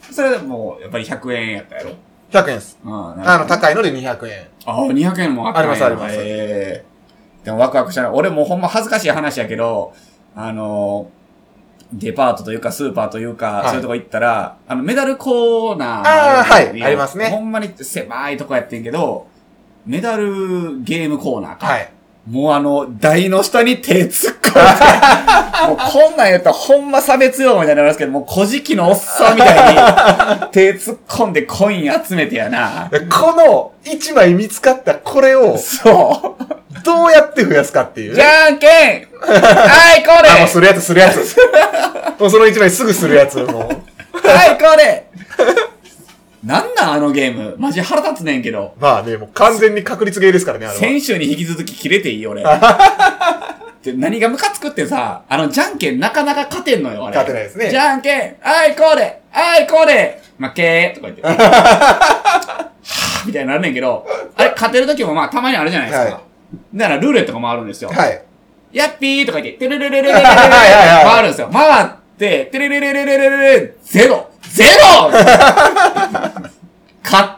Speaker 2: それでもう、やっぱり100円やったやろ。
Speaker 1: 100円です。
Speaker 2: うん、
Speaker 1: あの、
Speaker 2: た
Speaker 1: 高いので200円。
Speaker 2: あ、200円もあったんや
Speaker 1: ありますあります
Speaker 2: ええでもワクワクしたな。俺もうほんま恥ずかしい話やけど、あの、デパートというかスーパーというか、
Speaker 1: はい
Speaker 2: そういうとこ行ったら、あの、メダルコーナー
Speaker 1: あー
Speaker 2: るんよ
Speaker 1: はいありますね
Speaker 2: ほんまに狭いとこやってんけど、メダルゲームコーナーか。
Speaker 1: はい。
Speaker 2: もうあの、台の下に手突っ込んで、 もうこんなん言うとほんま差別用語みたいになりますけど、もう古事記のおっさんみたいに、手突っ込んでコイン集めてやな。
Speaker 1: でこの1枚見つかったこれを
Speaker 2: そ。
Speaker 1: どうやって増やすかっていうう。
Speaker 2: じゃんけんはい、これ
Speaker 1: あ、もうするやつするやつ。もうその1枚すぐするやつ。もう
Speaker 2: はい、これなんなんあのゲーム。マジ腹立つねんけど。
Speaker 1: まあね、もう完全に確率ゲーですからね、あれは。
Speaker 2: 先週に引き続き切れていい俺。って何がムカつくってさ、あの、じゃんけんなかなか勝てんのよ、あれ。
Speaker 1: 勝てないですね
Speaker 2: じゃんけん、あいこうで、あいこうで、負けーとか 言って。はぁみたいになるねんけど、あれ、勝てる時もまあ、たまにあるじゃないですか。
Speaker 1: は
Speaker 2: だから、ルーレットが回るんですよ。
Speaker 1: はい。
Speaker 2: やっぴーとか言って、てるるるるるる
Speaker 1: はい
Speaker 2: る
Speaker 1: はいはい
Speaker 2: 回るんですよ。回って、てるるるるるるるるゼロゼ ロ勝っ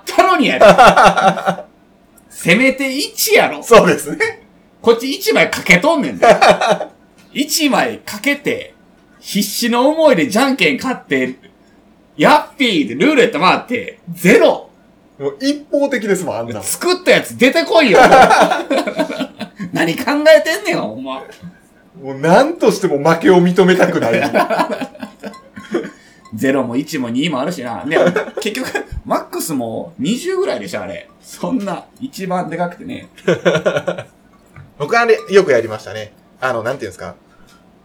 Speaker 2: たのにやろ。 せめて1やろ。
Speaker 1: そうですね。
Speaker 2: こっち1枚かけとんねんで。1枚かけて、必死の思いでじゃんけん勝って、やっぴーでルーレット回って、ゼロ
Speaker 1: もう一方的ですもん、あんなの。
Speaker 2: 作ったやつ出てこいよ何考えてんねん、ほんま。
Speaker 1: もう何としても負けを認めたくない。
Speaker 2: 0も1も2もあるしな。ね、結局、マックスも20ぐらいでしょ、あれ。そんな、一番でかくてね。
Speaker 1: 僕はあれ、よくやりましたね。あの、なんていうんですか。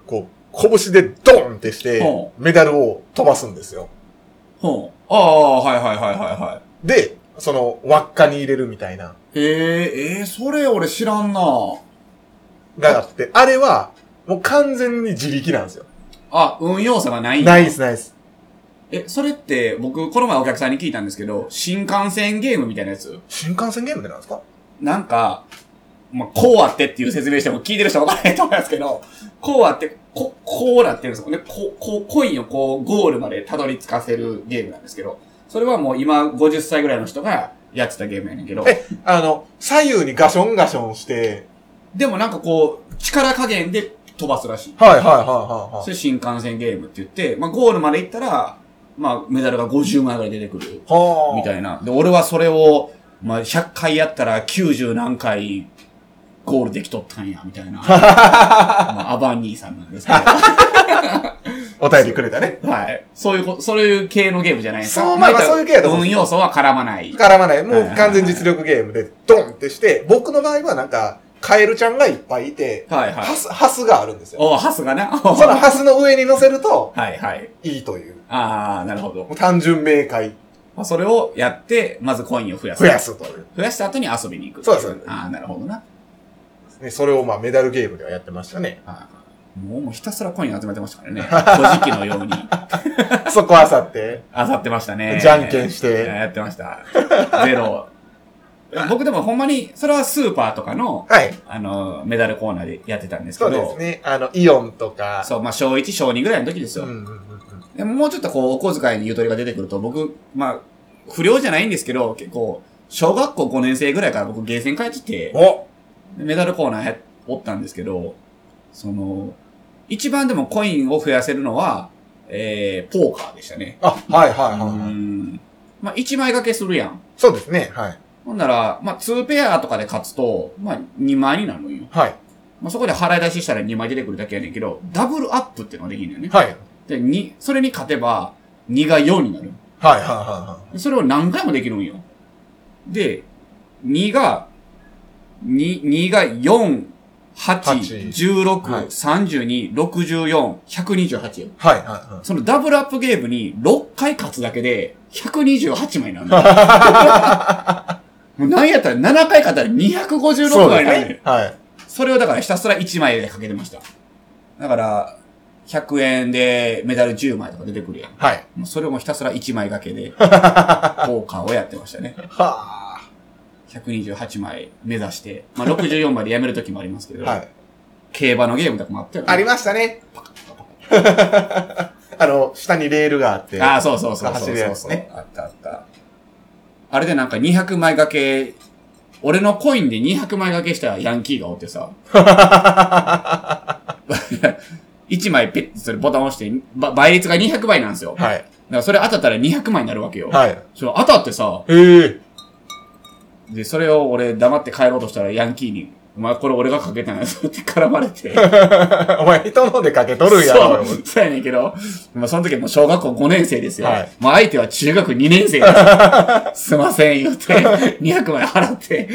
Speaker 1: こう、拳でドンってして
Speaker 2: ほ、
Speaker 1: メダルを飛ばすんですよ。
Speaker 2: ほう。ああ、はいはいはいはいは
Speaker 1: で、その、輪っかに入れるみたいな。
Speaker 2: い。えええー、それ俺知らんな
Speaker 1: があって、あれは、もう完全に自力なんですよ。
Speaker 2: あ、運用差がないんだ
Speaker 1: ナイスナイス。
Speaker 2: え、それって、僕、この前お客さんに聞いたんですけど、新幹線ゲームみたいなやつ
Speaker 1: 新幹線ゲームでなんですか
Speaker 2: なんか、まあ、こうあってっていう説明しても聞いてる人は分からないと思いますけど、こうあって、こ、こうなってるんですもんね。こう、こう、コインをこう、ゴールまでたどり着かせるゲームなんですけど、それはもう今50歳ぐらいの人がやってたゲームやねんけど、
Speaker 1: えあの、左右にガションガションして、
Speaker 2: でもなんかこう、力加減で飛ばすらしい。
Speaker 1: はいはいはいはい、は
Speaker 2: そ
Speaker 1: い。
Speaker 2: れ新幹線ゲームって言って、まあ、ゴールまで行ったら、まあ、メダルが50枚ぐらい出てくる。
Speaker 1: はあ。
Speaker 2: みた
Speaker 1: い
Speaker 2: いな。で、俺はそれを、まあ、100回やったら90何回ゴールできとったんや、みた いな。まあ、アバン兄さんなんですけど。
Speaker 1: お便りくれたね。
Speaker 2: はい。そういうこ、そういう系のゲームじゃないですか。
Speaker 1: そうまあまあ
Speaker 2: 言たら
Speaker 1: そういう系やと思う
Speaker 2: 運要素は絡まない。
Speaker 1: 絡まない。も
Speaker 2: はいうはいはい
Speaker 1: 完全実力ゲームで、ドンってして、僕の場合はなんか、カエルちゃんがいっぱいいて、
Speaker 2: はいはい
Speaker 1: ハ。ス、ハスがあるんですよ。
Speaker 2: おうハス がね。おう
Speaker 1: そのハスの上に乗せると、
Speaker 2: はいはい。
Speaker 1: いいという。
Speaker 2: ああ、なるほど
Speaker 1: も。う単純明快、
Speaker 2: まあ、それをやって、まずコインを増やす。
Speaker 1: 増や。すという。
Speaker 2: 増やした後に遊びに行く。
Speaker 1: そうです
Speaker 2: ああ、なるほどな。
Speaker 1: ね、それをまあメダルゲームではやってましたね。
Speaker 2: はいもうもうひたすらコイン集めてまし たからね。古事記のように。
Speaker 1: そこあさって、
Speaker 2: あさってましたね。
Speaker 1: じゃんけんして
Speaker 2: やってました。ゼロ。僕でもほんまに、それはスーパーとかの、
Speaker 1: はい。
Speaker 2: あの、メダルコーナーでやってたんですけ
Speaker 1: そう
Speaker 2: ど、
Speaker 1: ですね。あの、イオンとか、
Speaker 2: そうまあ、小1、小2ぐらいの時ですよ。
Speaker 1: うんうんうんうん
Speaker 2: でももうちょっとこう、お小遣いにゆとりが出てくると、僕、まあ、不良じゃないんですけど、結構、小学校5年生ぐらいから僕、ゲーセン帰ってて、
Speaker 1: お
Speaker 2: メダルコーナーやおったんですけど、その、一番でもコインを増やせるのは、えー、ポーカーでしたね。
Speaker 1: あ、はいはいは
Speaker 2: う
Speaker 1: いはい。
Speaker 2: ん。まあ、1枚掛けするやん。
Speaker 1: そうですね。はい。
Speaker 2: ほんなら、まあ、2ペアとかで勝つと、まあ、2枚になるのよ。
Speaker 1: はい。
Speaker 2: まあ、そこで払い出ししたら2枚出てくるだけやねんけど、ダブルアップっていうのができるんだよね。
Speaker 1: はい。
Speaker 2: で、2、それに勝てば、2が4になる。
Speaker 1: はいはいは
Speaker 2: でそれを何回もできるんよ。で、2が、2、2が4、8、
Speaker 1: 8
Speaker 2: 16、
Speaker 1: はい
Speaker 2: 32、64、128よ。
Speaker 1: いはい。はいは
Speaker 2: そのダブルアップゲームに6回勝つだけで128枚なんだ。 もう何やったら7回勝ったら
Speaker 1: い。
Speaker 2: 256枚なんだよ。
Speaker 1: はい。
Speaker 2: それをだからひたすら1枚でかけてました。だから、100円でメダル10枚とか出てくるやん。
Speaker 1: はい。
Speaker 2: もうそれもひたすら1枚掛け で、ポーカーをやってましたね。
Speaker 1: は
Speaker 2: 128枚目指して、まあ64までやめる時もありますけ
Speaker 1: あ。
Speaker 2: ど、
Speaker 1: はい。
Speaker 2: 競馬のゲームとかもあったよね。
Speaker 1: ありましたね。 あの、下にレールがあって。
Speaker 2: ああ、そうそうそう
Speaker 1: 走
Speaker 2: そう
Speaker 1: る
Speaker 2: そ
Speaker 1: や
Speaker 2: う
Speaker 1: つ
Speaker 2: そう、
Speaker 1: ね
Speaker 2: あったあった。あれでなんか200枚掛け、俺のコインで200枚掛けしたヤンキーがおってさ。1枚ペッてそれボタン押して、ば倍率が200倍なんですよ。だか
Speaker 1: はい。
Speaker 2: らそれ当たったら200枚になるわけよ。
Speaker 1: はい。
Speaker 2: それ当たってさ、
Speaker 1: ええ。
Speaker 2: で、それを俺黙って帰ろうとしたらヤンキーに、お前これ俺がかけたんやぞって絡まれて。
Speaker 1: お前人のでかけとるやろ。
Speaker 2: そう、そうやねんけど、まあその時もう小学校5年生ですよ。
Speaker 1: はい
Speaker 2: まあ相手は中学2年 生です。すいません、言うて、200枚払って、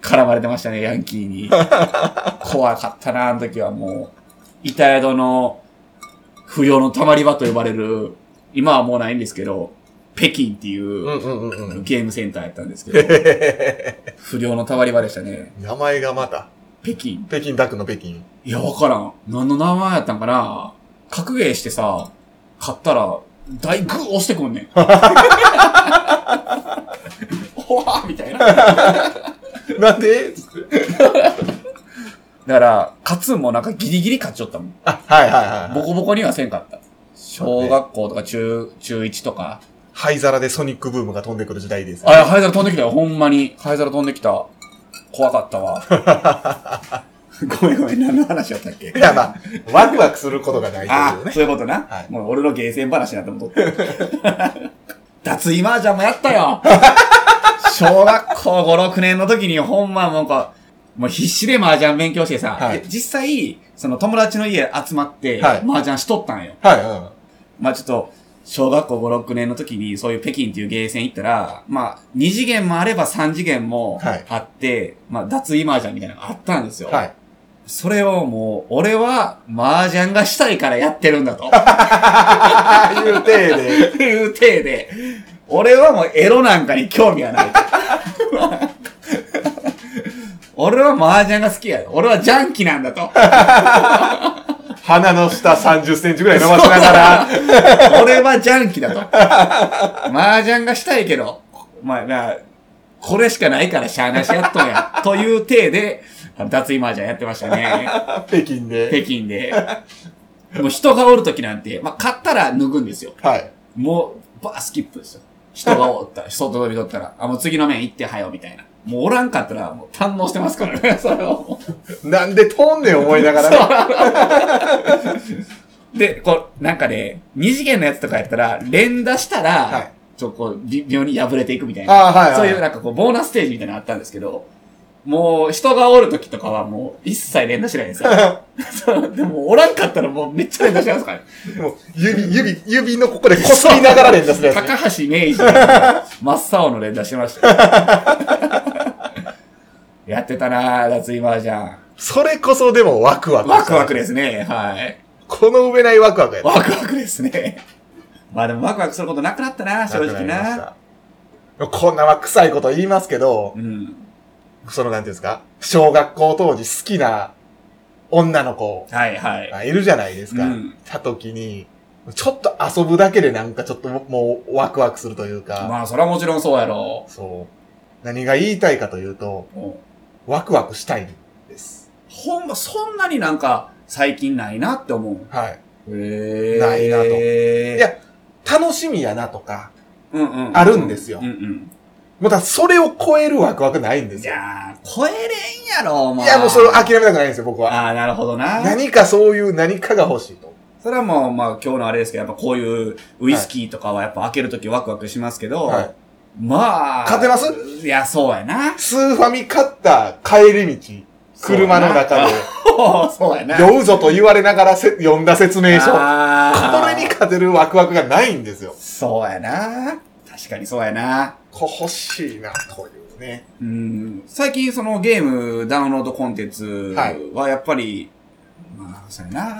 Speaker 2: 絡まれてましたね、ヤンキーに。怖かったな、あの時はもう。板宿の不良のたまり場と呼ばれる、今はもうないんですけど、北京っていうう、
Speaker 1: んうんうんうん。
Speaker 2: ゲームセンターやったんです けど、不良のたわり場でしたね。
Speaker 1: 名前がまた、
Speaker 2: 北京
Speaker 1: 北京ダックの北京。
Speaker 2: いや、わからん。何の名前やったんかな格ゲーしてさ、買ったら、大グー押してくんね ん。おわーみたいな。だか
Speaker 1: なんで
Speaker 2: ら、勝つんもなんかギリギリ勝っちゃったもん。
Speaker 1: あ、はいはいはいはい。
Speaker 2: ボコボコにはせんかった。小学校とか中、中1とか。
Speaker 1: 灰皿でソニックブームが飛んでくる時代です、
Speaker 2: あ、いや、灰皿飛んできたよ。ほんまに。灰皿飛んできた。怖かったわ。 ごめんごめん。何の話やったっけ
Speaker 1: いや、まあ、ワクワクすることがないと
Speaker 2: あ
Speaker 1: いう
Speaker 2: あ、
Speaker 1: ね。
Speaker 2: そういうことな。
Speaker 1: はい
Speaker 2: もう俺のゲーセン話になっても とって。脱衣麻雀もやったよ小学校5、6年の時にほんまもうこう、もう必死で麻雀勉強してさ、
Speaker 1: はい
Speaker 2: で実際、その友達の家集まって、
Speaker 1: はい
Speaker 2: 麻雀しとったんよ。
Speaker 1: はい、うん。
Speaker 2: まあちょっと、小学校5、6年の時にそういう北京っていうゲーセン行ったら、まあ2次元もあれば3次元も
Speaker 1: はい
Speaker 2: あって、まあ脱衣麻雀みたいなのがあったんですよ。
Speaker 1: はい。
Speaker 2: それをもう、俺は麻雀がしたいからやってるんだと。
Speaker 1: ああ、いう体で。
Speaker 2: っていう体で、俺はもうエロなんかに興味はない。俺は麻雀が好きやよ。俺はジャンキなんだと。
Speaker 1: 鼻の下30センチぐらい伸ばしながら。
Speaker 2: 俺はジャンキだと。麻雀がしたいけど、まあまあ、これしかないからしゃあなしやっとんや。という体で、脱衣麻雀やってましたね。
Speaker 1: 北京で。
Speaker 2: 北京で。もう人がおるときなんて、まあ買ったら脱ぐんですよ。
Speaker 1: はい。
Speaker 2: もう、バースキップですよ。人が おったら、外飛びとったら、あ、もう次の面行ってはよ、みたいな。もうおらんかったら、もう堪能してますから ね、それをも
Speaker 1: なんで飛んねん思いながらね。
Speaker 2: う。で、こう、なんかね、二次元のやつとかやったら、連打したら、
Speaker 1: はい
Speaker 2: ちょっとこう、微妙に破れていくみたいな。
Speaker 1: ああ、はい、はい。
Speaker 2: そういうなんかこう、ボーナスステージみたいなのあったんですけど、もう、人がおる時とかはもう、一切連打しないんですよ。 そうでも、おらんかったらもう、めっちゃ連打しますからね。
Speaker 1: もう指、指、指のここでこすりながら連打するやつね、
Speaker 2: 高橋明治が真っ青の連打してました。 やってたなぁ、脱衣麻雀。
Speaker 1: それこそでもワクワク。
Speaker 2: ワクワク。ですね。はい。
Speaker 1: この上ないワクワクやった。
Speaker 2: ワクワクですね。まあでもワクワクすることなくなったな、正直な。
Speaker 1: くくりました。こんなは臭いこと言いますけど、
Speaker 2: うん。
Speaker 1: そのなんていうんですか、小学校当時好きな女の子
Speaker 2: はいはい。
Speaker 1: がいるじゃないですか。
Speaker 2: うん
Speaker 1: た時に、ちょっと遊ぶだけでなんかちょっともうワクワクするというか、
Speaker 2: まあそれはもちろんそうやろ
Speaker 1: そう。何が言いたいかというと、
Speaker 2: う。うん
Speaker 1: ワクワクしたいんです。
Speaker 2: ほんま、そんなになんか最近ないなって思
Speaker 1: はい。
Speaker 2: う。へえ。
Speaker 1: ないなと
Speaker 2: い
Speaker 1: いや楽しみやなとか、
Speaker 2: うんうん。
Speaker 1: あるんですよ
Speaker 2: うんうん。
Speaker 1: もうだからそれを超えるワクワクないんです
Speaker 2: い
Speaker 1: よ。
Speaker 2: やー、超えれんやろ、お前。
Speaker 1: いや、もうそれを諦めたくないんですよ、僕は。
Speaker 2: ああ、なるほどな。
Speaker 1: 何かそういう何かが欲しいと。
Speaker 2: それはもう、まあ今日のあれですけど、やっぱこういうウイスキーとかはやっぱ開けるときワクワクしますけど、
Speaker 1: はい
Speaker 2: まあ。
Speaker 1: 勝てます
Speaker 2: いや、そうや な。
Speaker 1: スーファミ買った帰り道、車の中で、
Speaker 2: そうやな。そうやな。
Speaker 1: 酔うぞと言われながらせ読んだ説明書。こ
Speaker 2: あー
Speaker 1: れに勝てるワクワクがないんですよ。
Speaker 2: そうやな。確かにそうやな。
Speaker 1: こ欲しいな、というね。
Speaker 2: うん。最近そのゲームダウンロードコンテンツはやっぱり、まあ、そうやな。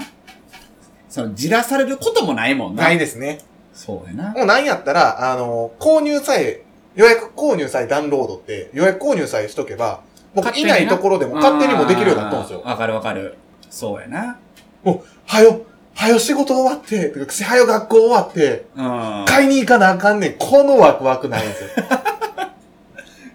Speaker 2: その、じらされることもないもんな。
Speaker 1: ないですね。
Speaker 2: そうやな。
Speaker 1: もうなんやったら、あの、購入さえ、予約購入さえダウンロードって、予約購入さえしとけば、僕
Speaker 2: 勝
Speaker 1: い
Speaker 2: 手にな
Speaker 1: ないところでも勝手にもできるようになったんですよ
Speaker 2: あー。わかるわかる。そうやな。
Speaker 1: はよ、はよ仕事終わって、とかはよ学校終わって、
Speaker 2: うん。
Speaker 1: 買いに行かなあかんねん。このワクワクないんです よ。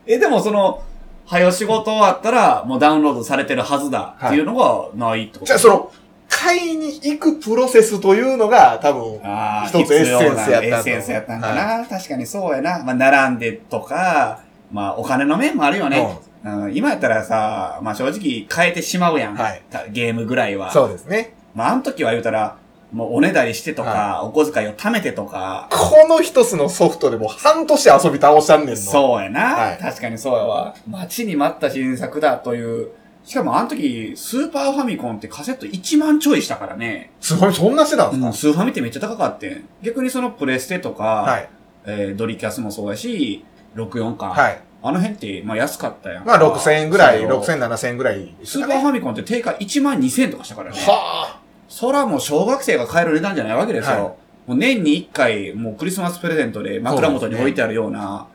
Speaker 2: え、でもその、はよ仕事終わったら、もうダウンロードされてるはずだっていうのがないってこと、
Speaker 1: じゃあその、買いに行くプロセスというのが多分、
Speaker 2: あー
Speaker 1: 一つエッセンスやったんだ
Speaker 2: 必要なエッセンスやったんかな、確かにそうやな。まあ、並んでとか、まあ、お金の面もあるよね。うん、今やったらさ、まあ正直変えてしまうやん。
Speaker 1: はい
Speaker 2: たゲームぐらいは。
Speaker 1: そうですね。
Speaker 2: まあ、あの時は言うたら、もうおねだりしてとか、
Speaker 1: は
Speaker 2: お小遣いを貯めてとか、
Speaker 1: この一つのソフトでもう半年遊び倒したんねんの。
Speaker 2: そうやな、
Speaker 1: はい
Speaker 2: 確かにそうやわ。待ちに待った新作だという。しかもあの時、スーパーファミコンってカセット1万ちょいしたからね。
Speaker 1: すごい、そんなしてたん
Speaker 2: うん、
Speaker 1: です
Speaker 2: スーファミってめっちゃ高かってん。逆にそのプレステとか、
Speaker 1: かはい。
Speaker 2: えードリキャスもそうやし、64か。
Speaker 1: はい。
Speaker 2: あの辺って、まあ安かったやん。
Speaker 1: まあ6000円ぐらい、
Speaker 2: そう
Speaker 1: 6000、7000円ぐらい。
Speaker 2: スーパーファミコンって定価1万2000とかしたからね。
Speaker 1: はあ
Speaker 2: そらもう小学生が買える値段じゃないわけですよ。もう年に一回、もうクリスマスプレゼントで枕元に置いてあるような、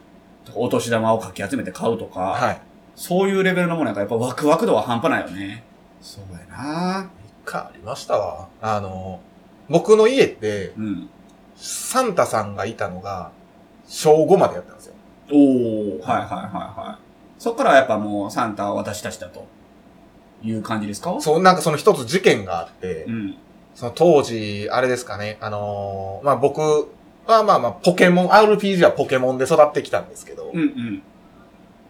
Speaker 2: お年玉をかき集めて買うとか、
Speaker 1: はい。
Speaker 2: そういうレベルのものやから、やっぱワクワク度は半端ないよね。そうやな
Speaker 1: 一回ありましたわ。あの、僕の家って、
Speaker 2: うん。
Speaker 1: サンタさんがいたのが、小5までやったんですよ。
Speaker 2: おー、はいはいはいはい。そっからはやっぱもうサンタは私たちだと。いう感じですか
Speaker 1: そう、なんかその一つ事件があって、
Speaker 2: うん。
Speaker 1: その当時、あれですかね、あのーまあ、僕はまあまあ、ポケモン、RPG はポケモンで育ってきたんですけど、
Speaker 2: うんうん。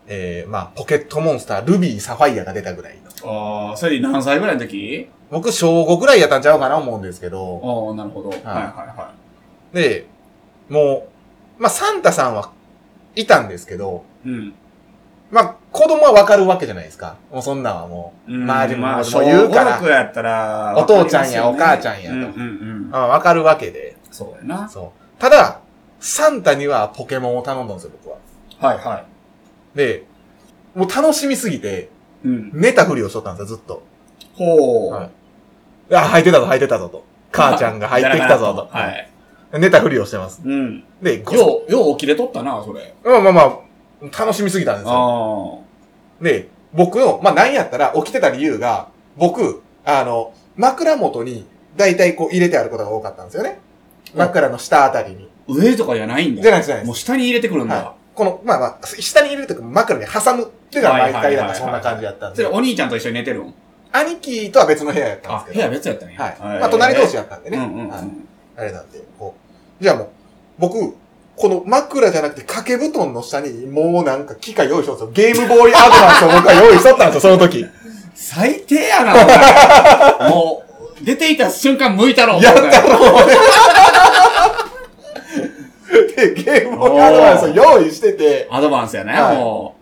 Speaker 1: えー、まあ、ポケットモンスター、ルビー、サファイアが出たぐらいの。
Speaker 2: ああ、それで何歳ぐらいの時
Speaker 1: 僕、小5ぐらいやったんちゃうかな思うんですけ
Speaker 2: あ
Speaker 1: ど、
Speaker 2: あ、なるほど。はいは
Speaker 1: で、もう、まあ、サンタさんはいたんですけど、
Speaker 2: いはい。うん。
Speaker 1: まあ、子供はわかるわけじゃないですか。もうそんなんはも
Speaker 2: うん
Speaker 1: まあでも
Speaker 2: まあ、
Speaker 1: も
Speaker 2: 小
Speaker 1: う言
Speaker 2: 5、
Speaker 1: うから
Speaker 2: 6やったら、
Speaker 1: お父ちゃんや
Speaker 2: わかります
Speaker 1: お
Speaker 2: よ
Speaker 1: 母ちゃんやと
Speaker 2: うんうんう
Speaker 1: う、
Speaker 2: ん。
Speaker 1: まあ、わかるわけで、
Speaker 2: そうやな。
Speaker 1: そう。ただ、サンタにはポケモンを頼んだんですよ、僕は。
Speaker 2: はいは
Speaker 1: で、もう楽しみすぎて、
Speaker 2: い。うん。
Speaker 1: 寝たふりをしとったんですよ、ずっと。
Speaker 2: ほう。
Speaker 1: はいあ、履いてたぞ、履いてたぞと。母ちゃんが入ってきた ぞと。
Speaker 2: はい。
Speaker 1: 寝たふりをしてます。
Speaker 2: うん。
Speaker 1: で、ご
Speaker 2: よう、よう起きれとったな、それ。
Speaker 1: まあまあまあ、楽しみすぎたんです
Speaker 2: あ
Speaker 1: よ。
Speaker 2: あ。
Speaker 1: で、僕の、まあ何やったら起きてた理由が、僕、あの、枕元に大体こう入れてあることが多かったんですよね。枕の下あたりに。
Speaker 2: 上とかじゃないんだ。
Speaker 1: じゃないですじゃないです
Speaker 2: もう下に入れてくるんだ
Speaker 1: は。この、まあまあ、下に入れるというか枕に挟むっていうのが毎回なんかそんな感じやったん
Speaker 2: それ
Speaker 1: で。
Speaker 2: お兄ちゃんと一緒に寝てるん
Speaker 1: 兄貴とは別の部屋やったん
Speaker 2: あ、
Speaker 1: です
Speaker 2: 部
Speaker 1: けど。
Speaker 2: 屋別やったんや。
Speaker 1: はい。まあ隣同士やったんで
Speaker 2: で
Speaker 1: ね。
Speaker 2: うんうんう
Speaker 1: はい
Speaker 2: ん。
Speaker 1: あれなんで、こう。じゃあもう、僕、この枕じゃなくて掛け布団の下に、もうなんか機械用意しとったんですよ。ゲームボーイアドバンスを僕は用意しとったんですよ、その時。
Speaker 2: 最低やな、お 前もう、出ていた瞬間向いたろ、
Speaker 1: やった
Speaker 2: ろ
Speaker 1: ろうね。で、ゲームボーイアドバンスを用意してて、
Speaker 2: アドバンスや
Speaker 1: は
Speaker 2: ね、
Speaker 1: い
Speaker 2: も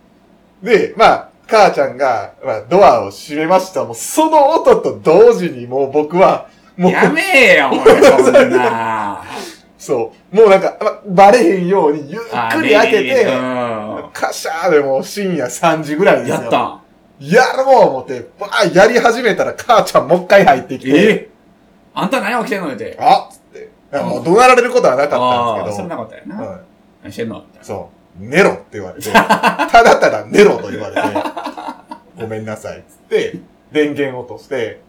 Speaker 1: で、まあ、母ちゃんが、まあ、ドアを閉めました。もう、その音と同時に、もう僕は、
Speaker 2: う。
Speaker 1: もう、
Speaker 2: やめえよ、俺、そん な。
Speaker 1: そう、もうなんか、まあバレへんように、ゆっ
Speaker 2: あ
Speaker 1: くり開け
Speaker 2: ねえう
Speaker 1: て、カシャーでもう深夜3時ぐらい
Speaker 2: ん
Speaker 1: ですよ。
Speaker 2: やった。
Speaker 1: やろう思って、ばーやり始めたら母ちゃんもう一回入ってきて、
Speaker 2: えあんた何起きてんの言うて。
Speaker 1: あっつって、もう怒鳴られることはなかったん
Speaker 2: あ
Speaker 1: で
Speaker 2: ー
Speaker 1: す
Speaker 2: そん
Speaker 1: け
Speaker 2: な
Speaker 1: ど、
Speaker 2: ことやな。
Speaker 1: は
Speaker 2: 何してんのみたい
Speaker 1: い、
Speaker 2: な
Speaker 1: そう、寝ろって言われて、た だただ寝ろと言われて、ごめんなさいっつって、電源落として、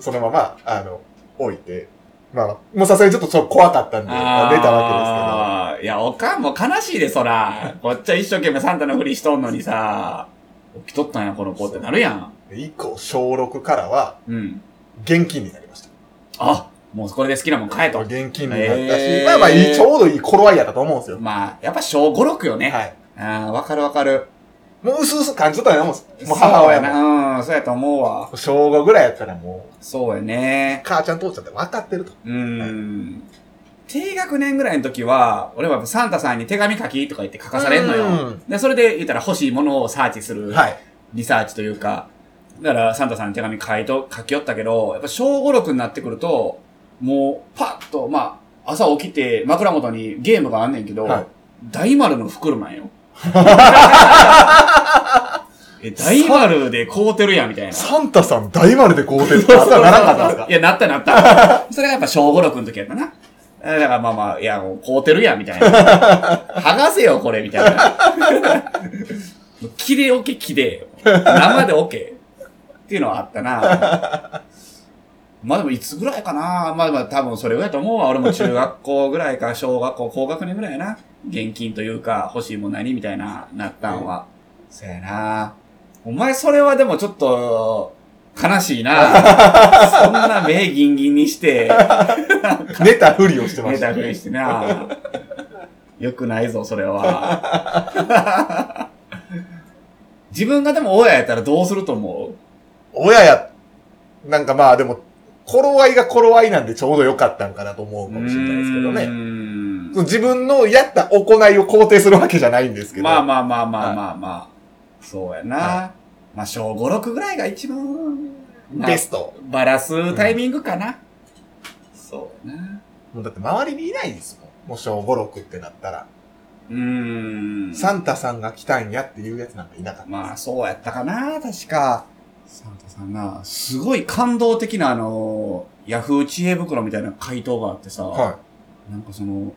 Speaker 1: そのまま、あの、置いて、まあ、もうさすがにちょっとちょっと怖かったんで、まあ出たわ
Speaker 2: けですけど。いや、おかんも悲しいで、そら。こっちは一生懸命サンタのふりしとんのにさ、起きとったんや、この子ってなるやん。
Speaker 1: けですけど、以降、小6からは、
Speaker 2: うん。
Speaker 1: 現金になりました。
Speaker 2: あ、もうこれで好きなもん買えと。
Speaker 1: 現金になった
Speaker 2: へー
Speaker 1: し、まあまあ、いいちょうどいい頃合いやったと思うんですよ。
Speaker 2: まあ、やっぱ小5、6よね。
Speaker 1: はい。
Speaker 2: ああ、わかるわかる。
Speaker 1: もう薄々感じとったよね、もう。もう母親
Speaker 2: そう
Speaker 1: も
Speaker 2: や。な。うん、そうやと思うわ。
Speaker 1: 小5ぐらいやったらもう、
Speaker 2: そうやね。
Speaker 1: 母ちゃん父ちゃんって分かってると。
Speaker 2: うん。低学年ぐらいの時は、俺はやっぱサンタさんに手紙書きとか言って書かされんの
Speaker 1: う
Speaker 2: よ
Speaker 1: ん。
Speaker 2: で、それで言ったら欲しいものをサーチする。
Speaker 1: はい。
Speaker 2: リサーチというか、だからサンタさんに手紙書いと、書き寄ったけど、やっぱ小5、6になってくると、もうパッと、まあ、朝起きて枕元にゲームがあんねんけど、
Speaker 1: はい
Speaker 2: 大丸の袋なん よ。え大丸で買うてるやん、みたいな。
Speaker 1: サンタさん大丸で豪邸ってあったらならんかったん
Speaker 2: い
Speaker 1: で
Speaker 2: や、なった なった。それがやっぱ小5、6の時やったな。えーだからまあまあ、いや、もう買うてるやん、みた いな。剥がせよ、これ、みたいな。 木で置け、木で。生で置け。っていうのはあったな。まあでもいつぐらいかな。まあまあ多分それぐらいだと思うわ。俺も中学校ぐらいか、小学校、高学年ぐらいやな。現金というか、欲しいもん何みたいな、なったんは。そやな。お前それはでもちょっと、悲しいな。そんな目ギンギンに して、
Speaker 1: すか。寝たふりをしてま
Speaker 2: ネ
Speaker 1: した。
Speaker 2: タ食いしてな。よくないぞ、それは。 自分がでも親やったらどうすると思
Speaker 1: 親や、なんかまあでも、頃合いが頃合いなんでちょうど良かったんかなと思
Speaker 2: う
Speaker 1: うかもしれないですけど
Speaker 2: う
Speaker 1: ね。
Speaker 2: ーん
Speaker 1: 自分のやった行いを肯定するわけじゃないんですけど。
Speaker 2: まあまあまあまあまあまあ。そうやな。
Speaker 1: は
Speaker 2: まあ、小5、6ぐらいが一番、まあ
Speaker 1: ベスト。
Speaker 2: バラすタイミングかな。そうやな。
Speaker 1: もうだって周りにいないですもん。もう小5、6ってなったら。
Speaker 2: うーん。
Speaker 1: サンタさんが来たんやっていうやつなんかいなかった。
Speaker 2: まあ、そうやったかな、確か。サンタさんな、すごい感動的なあの、ヤフー知恵袋みたいな回答があってさ、
Speaker 1: は
Speaker 2: なんかその、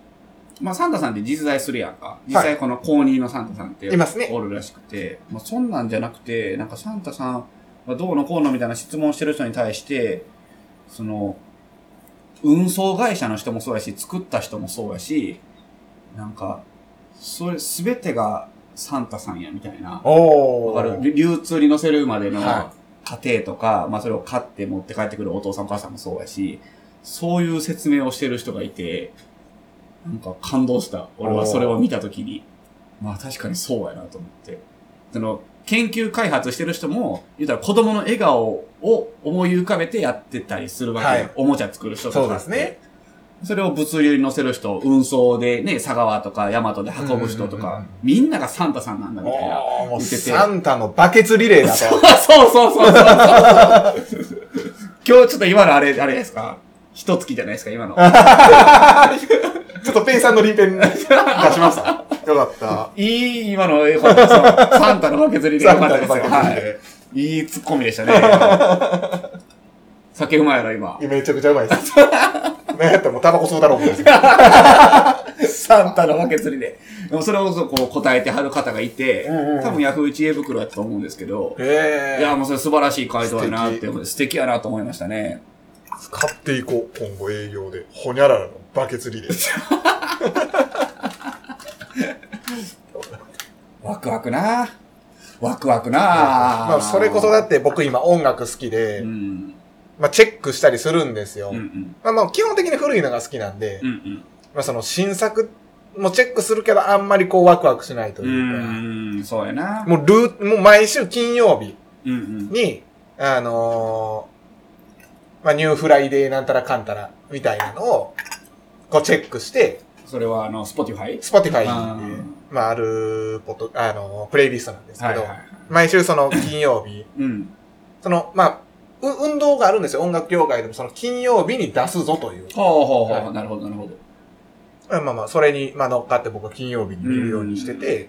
Speaker 2: まあ、サンタさんって実在するやんか。実際この公認のサンタさんって、
Speaker 1: いますね
Speaker 2: おるらしくて、まあ、そんなんじゃなくて、なんかサンタさんはどうのこうのみたいな質問してる人に対して、その、運送会社の人もそうやし、作った人もそうやし、なんか、それ、すべてがサンタさんやみたいな。
Speaker 1: おー。
Speaker 2: わかる流通に乗せるまでの過
Speaker 1: は
Speaker 2: 程とか、まあそれを買って持って帰ってくるお父さんお母さんもそうやし、そういう説明をしてる人がいて、なんか感動した。俺はそれを見たときに。まあ確かにそうやなと思って。その、研究開発してる人も、言うたら子供の笑顔を思い浮かべてやってたりするわけ、
Speaker 1: はい
Speaker 2: おもちゃ作る人とかって。
Speaker 1: そうですね
Speaker 2: それを物流に乗せる人、運送でね、佐川とか大和で運ぶ人と
Speaker 1: うんうんうんう
Speaker 2: か
Speaker 1: ん、
Speaker 2: みんながサンタさんなんだみたいな。
Speaker 1: おーもう
Speaker 2: 見てて
Speaker 1: サンタのバケツリレーだ と。
Speaker 2: そうそうそうそうそう。今日ちょっと今のあれ、あれですか一月じゃないですか、今 の。
Speaker 1: ちょっとペイさんの臨片出 しました。よかった。
Speaker 2: いい、今の、よかったですサンタの負けずりでよかったですよ。
Speaker 1: サンタの負け
Speaker 2: はい。いいツッコミでしたね。酒うまいやろ、今。
Speaker 1: めちゃくちゃうまいです。 なんやったらもうタバコ吸うだろう思うんですけど
Speaker 2: サンタの負けずりで。でもそれをこう答えてはる方がいて、
Speaker 1: うんうん
Speaker 2: 多分ヤフー知恵袋だと思うんですけど、
Speaker 1: え
Speaker 2: いや、もうそれ素晴らしい回答やなって思って、素敵やなと思いましたね。
Speaker 1: 使っていこう。今後営業で。ほにゃららのバケツリレー。
Speaker 2: ワクワクなワクワクな
Speaker 1: まあ、それこそだって僕今音楽好き
Speaker 2: う
Speaker 1: で、
Speaker 2: ん。
Speaker 1: まあ、チェックしたりするんですよ。
Speaker 2: うんうん。
Speaker 1: まあ、まあ、基本的に古いのが好きなんで、
Speaker 2: うんうん。
Speaker 1: まあ、その新作もチェックするけど、あんまりこうワクワクしないとい
Speaker 2: う
Speaker 1: うか、
Speaker 2: ーん、そうやな。
Speaker 1: もうルー、もう毎週金曜日
Speaker 2: うんうん。
Speaker 1: に、あのーまあ、ニューフライデーなんたらかんたらみたいなのを、こうチェックして、
Speaker 2: それは、あの、Spotify?
Speaker 1: Spotify で、
Speaker 2: あー
Speaker 1: まあ、あるポト、あの、プレイリストなんですけど、
Speaker 2: はい。
Speaker 1: 毎週その金曜日、
Speaker 2: うん。
Speaker 1: その、まあ、う運動があるんですよ。音楽業界でも、その金曜日に出すぞという。
Speaker 2: ほうほうほう、
Speaker 1: はい
Speaker 2: なるほど、なるほど。
Speaker 1: まあまあ、それに、まあ乗っかって僕は金曜日に見るようにしてて、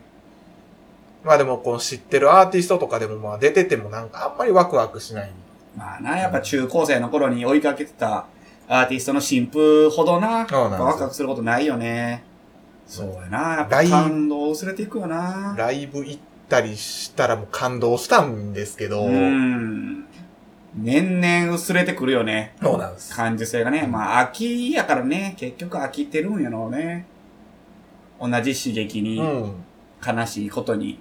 Speaker 1: まあでも、こう知ってるアーティストとかでも、まあ出ててもなんかあんまりワクワクしない。
Speaker 2: まあな、やっぱ中高生の頃に追いかけてたアーティストの新婦ほどな、
Speaker 1: そうなんですよ
Speaker 2: ワクワクすることないよね。そうやな、やっぱ
Speaker 1: 大
Speaker 2: 感動薄れていくよな。
Speaker 1: ライブ行ったりしたらもう感動したんですけど、
Speaker 2: うん。年々薄れてくるよね。
Speaker 1: そうなんです。
Speaker 2: 感受性がね。まあ、秋やからね、結局飽きてるんやろうね。同じ刺激に。
Speaker 1: うん。
Speaker 2: 悲しいことに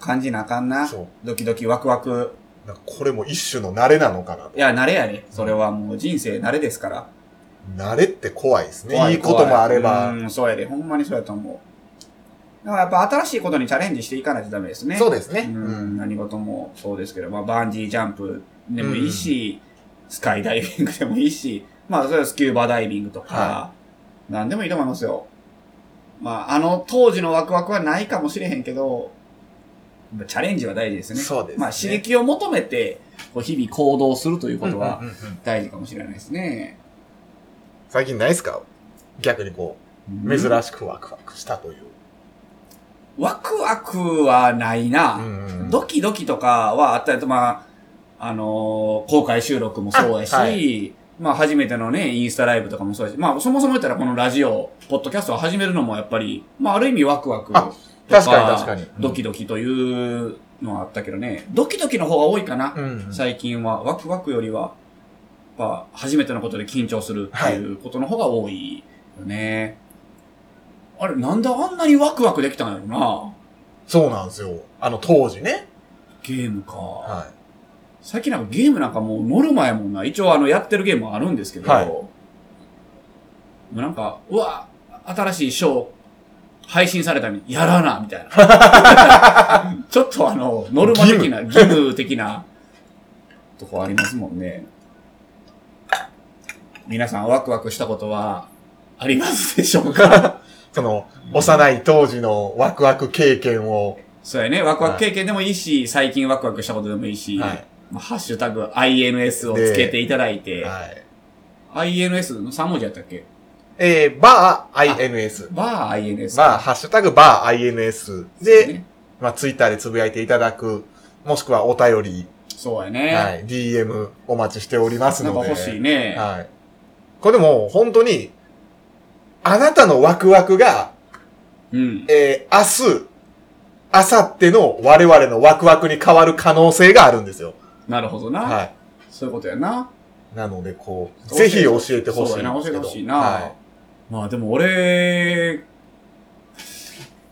Speaker 2: 感じなあかんな。
Speaker 1: そう。
Speaker 2: ドキドキワクワク。
Speaker 1: なんかこれも一種の慣れなのかな。
Speaker 2: いや、慣れやね。それはもう人生慣れですから。
Speaker 1: 慣れって怖いですね。
Speaker 2: 怖
Speaker 1: いいこともあれば
Speaker 2: う。ん、そうやで。ほんまにそうやと思う。だからやっぱ新しいことにチャレンジしていかないとダメですね。
Speaker 1: そう
Speaker 2: で
Speaker 1: ですね。
Speaker 2: う
Speaker 1: うん
Speaker 2: ん、何事もそうですけど、まあ、バンジージャンプでもいいし、スカイダイビングでもいいし、まあ、それはスキューバダイビングとか、
Speaker 1: は
Speaker 2: 何でもいいと思いますよ。まあ、あの当時のワクワクはないかもしれへんけど、やっぱチャレンジは大事ですね。
Speaker 1: そうですね
Speaker 2: まあ、刺激を求めて、こう日々行動するということ
Speaker 1: うん
Speaker 2: は
Speaker 1: うんうん
Speaker 2: 大事かもしれないですね。
Speaker 1: 最近ないですか逆にこう、珍しくワクワクしたという。
Speaker 2: ワクワクはないな。
Speaker 1: うんうんうん
Speaker 2: ドキドキとかはあったりと、まあ、あのー公開収録もそうやし、
Speaker 1: あは
Speaker 2: まあ初めてのね、インスタライブとかもそうやし、まあそもそも言ったらこのラジオ、ポッドキャストを始めるのもやっぱり、まあある意味ワクワクと
Speaker 1: あ
Speaker 2: か、
Speaker 1: 確かに確かにうん
Speaker 2: ドキドキというのはあったけどね、ドキドキの方が多いかな、
Speaker 1: うんうん
Speaker 2: 最近は。ワクワクよりは、やっぱ初めてのことで緊張するっていうことの方が多いよね。あれ、なんであんなにワクワクできたんやろな
Speaker 1: そうなんですよ。あの当時ね。
Speaker 2: ゲームか。
Speaker 1: は
Speaker 2: 最近なんかゲームなんかもうノルマやもんな。一応あのやってるゲームはあるんですけど、
Speaker 1: はい
Speaker 2: もうなんか、うわ、新しいショー配信されたみやらな、みたいな。 ちょっとあの、ノルマ的な、義務的なとこありますもんね。皆さんワクワクしたことはありますでしょ うか
Speaker 1: い。その、幼い当時のワクワク経験を、
Speaker 2: そうやね。ワクワク経験でもいいし、最近ワクワクしたことでもいいし、
Speaker 1: はい
Speaker 2: まあハッシュタグ INS をつけていただいて、
Speaker 1: はい。
Speaker 2: INS の3文字やったっけ
Speaker 1: えー、バー INS。
Speaker 2: バー INS。
Speaker 1: バー、ハッシュタグバー INS
Speaker 2: で
Speaker 1: で、まあ、ツイッターでつぶやいていただく、もしくはお便り、
Speaker 2: そうやね。
Speaker 1: はい、DM お待ちしております
Speaker 2: な
Speaker 1: の
Speaker 2: ん
Speaker 1: で。
Speaker 2: か欲しいね。
Speaker 1: はい。これでも、本当に、あなたのワクワクが、
Speaker 2: うん。
Speaker 1: えー明日、明後日の我々のワクワクに変わる可能性があるんですよ。
Speaker 2: なるほどな。
Speaker 1: は
Speaker 2: そういうことやな。
Speaker 1: い。なので、こう、
Speaker 2: 教
Speaker 1: ぜ
Speaker 2: え
Speaker 1: ひ教えてほしいんです
Speaker 2: そう
Speaker 1: け
Speaker 2: や
Speaker 1: ど。
Speaker 2: な、教えてほしいな。
Speaker 1: は
Speaker 2: まあでも俺、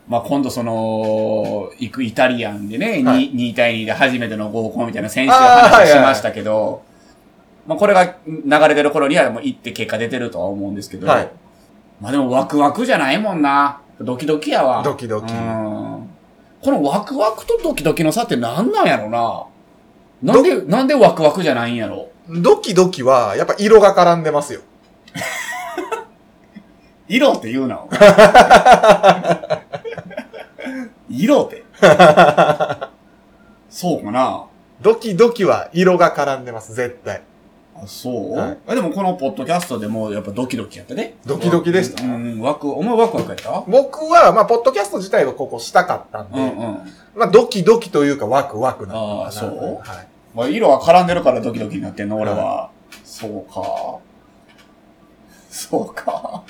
Speaker 2: まあ今度その、行くイタリアンでね、
Speaker 1: は
Speaker 2: に
Speaker 1: い
Speaker 2: 二 2, 対2で初めての合コンみたいな選手の話をしましたけど、まあこれが流れてる頃にはもう行って結果出てるとは思うんですけ
Speaker 1: い。
Speaker 2: ど、
Speaker 1: はい。
Speaker 2: まあでもワクワクじゃないもんな。ドキドキやわ。
Speaker 1: ドキドキ
Speaker 2: うんこのワクワクとドキドキの差って何なんやろな。なんで、なんでワクワクじゃないんやろ
Speaker 1: ドキドキは、やっぱ色が絡んでますよ。
Speaker 2: 色って言うな。 お前色 って。そうかな。
Speaker 1: ドキドキは色が絡んでます、絶対。
Speaker 2: あそう、
Speaker 1: はい
Speaker 2: あでもこのポッドキャストでもやっぱドキドキやったね。
Speaker 1: ドキドキでした
Speaker 2: うん、うんワク、お前ワクワクやった
Speaker 1: 僕は、まあ、ポッドキャスト自体はここしたかったんで、
Speaker 2: うんうん。
Speaker 1: まあ、ドキドキというかワクワクなのかな。
Speaker 2: あーそう
Speaker 1: はい。
Speaker 2: まあ、色は絡んでるからドキドキになってんの、俺は。そうか。そうか。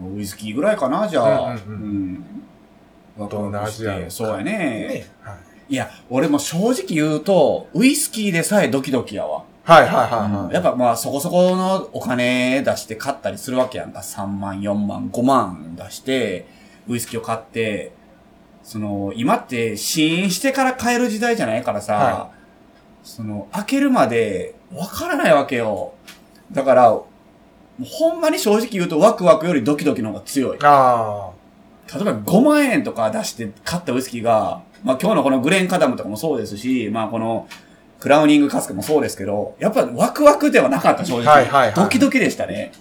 Speaker 2: ウイスキーぐらいかな、じゃ
Speaker 1: うんうん
Speaker 2: あ。
Speaker 1: うん
Speaker 2: うんワクワクし
Speaker 1: 東
Speaker 2: て
Speaker 1: 南アジア
Speaker 2: そうやね
Speaker 1: ねはい
Speaker 2: いや、俺も正直言うと、ウイスキーでさえドキドキやわ。
Speaker 1: はいはいはいはい。
Speaker 2: やっぱまあそこそこのお金出して買ったりするわけやんか。3万、4万、5万出して、ウイスキーを買って、その、今って試飲してから買える時代じゃないからさ、
Speaker 1: は
Speaker 2: その、開けるまでわからないわけよ。だから、もうほんまに正直言うとワクワクよりドキドキの方が強い。
Speaker 1: あ
Speaker 2: 例えば5万円とか出して買ったウイスキーが、まあ今日のこのグレンカダムとかもそうですし、まあこのクラウニングカスクもそうですけど、やっぱワクワクではなかった正直。
Speaker 1: はいはいはい
Speaker 2: ドキドキでしたね。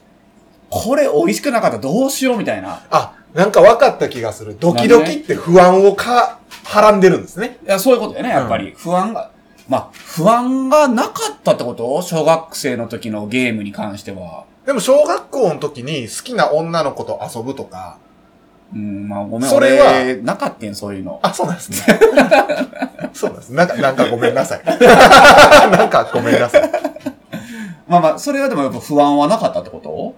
Speaker 2: これ美味しくなかったらどうしようみたいな。
Speaker 1: あ。あ、なんか分かった気がする。ドキドキって不安をか、はらんでるんですね。
Speaker 2: いや、そういうことだよね、やっぱり。不安が、まあ不安がなかったってこと小学生の時のゲームに関しては。
Speaker 1: でも小学校の時に好きな女の子と遊ぶとか、
Speaker 2: うん、まあごめん、
Speaker 1: それは
Speaker 2: 俺なかったんそういうの。
Speaker 1: あ、そうなんです ね。そうなんです。なんか、なんかごめんなさい。 なんかごめんなさい。
Speaker 2: まあまあ、それはでもやっぱ不安はなかったってこと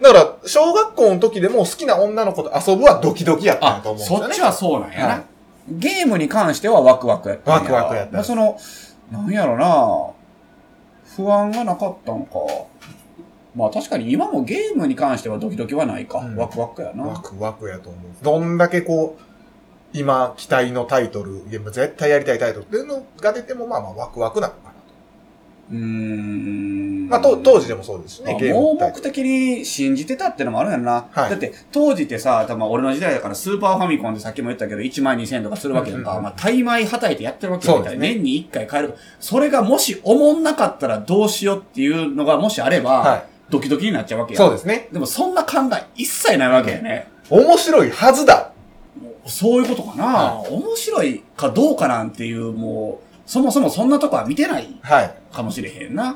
Speaker 1: だから、小学校の時でも好きな女の子と遊ぶはドキドキやったん
Speaker 2: あ
Speaker 1: やと思うん、ですよ
Speaker 2: そっ
Speaker 1: ね。
Speaker 2: ちはそうなんやな。
Speaker 1: はい
Speaker 2: ゲームに関してはワクワクやったんや。
Speaker 1: ワクワクやった
Speaker 2: まあ、その、なんやろな不安がなかったんか。まあ確かに今もゲームに関してはドキドキはないか。
Speaker 1: うん
Speaker 2: ワクワクやな。
Speaker 1: ワクワクやと思う。どんだけこう、今、期待のタイトル、いや絶対やりたいタイトルっていうのが出ても、まあまあ、ワクワクなのかな。
Speaker 2: うーん。
Speaker 1: まあ、と当時でもそうですし
Speaker 2: ま
Speaker 1: ね
Speaker 2: あ、
Speaker 1: ゲー
Speaker 2: 盲
Speaker 1: ムのタイト
Speaker 2: 目
Speaker 1: ル。
Speaker 2: 的に信じてたってのもあるんやろな。
Speaker 1: はい
Speaker 2: だって、当時ってさ、多分俺の時代だからスーパーファミコンでさっきも言ったけど、1万2000とかするわけやんか。
Speaker 1: うんうんうん
Speaker 2: まあ、大枚はたいてやってるわけやんか
Speaker 1: そうですね
Speaker 2: 年に1回買える。それがもし思んなかったらどうしようっていうのがもしあれば、
Speaker 1: は
Speaker 2: ドキドキになっちゃうわけ
Speaker 1: い。
Speaker 2: やん。
Speaker 1: そうですね。
Speaker 2: でもそんな考え一切ないわけやね。
Speaker 1: 面白いはずだ
Speaker 2: もうそういうことかな、
Speaker 1: は
Speaker 2: 面白いかどうかなんていう、もう、そもそもそんなとこは見てない
Speaker 1: はい。
Speaker 2: かもしれへんな。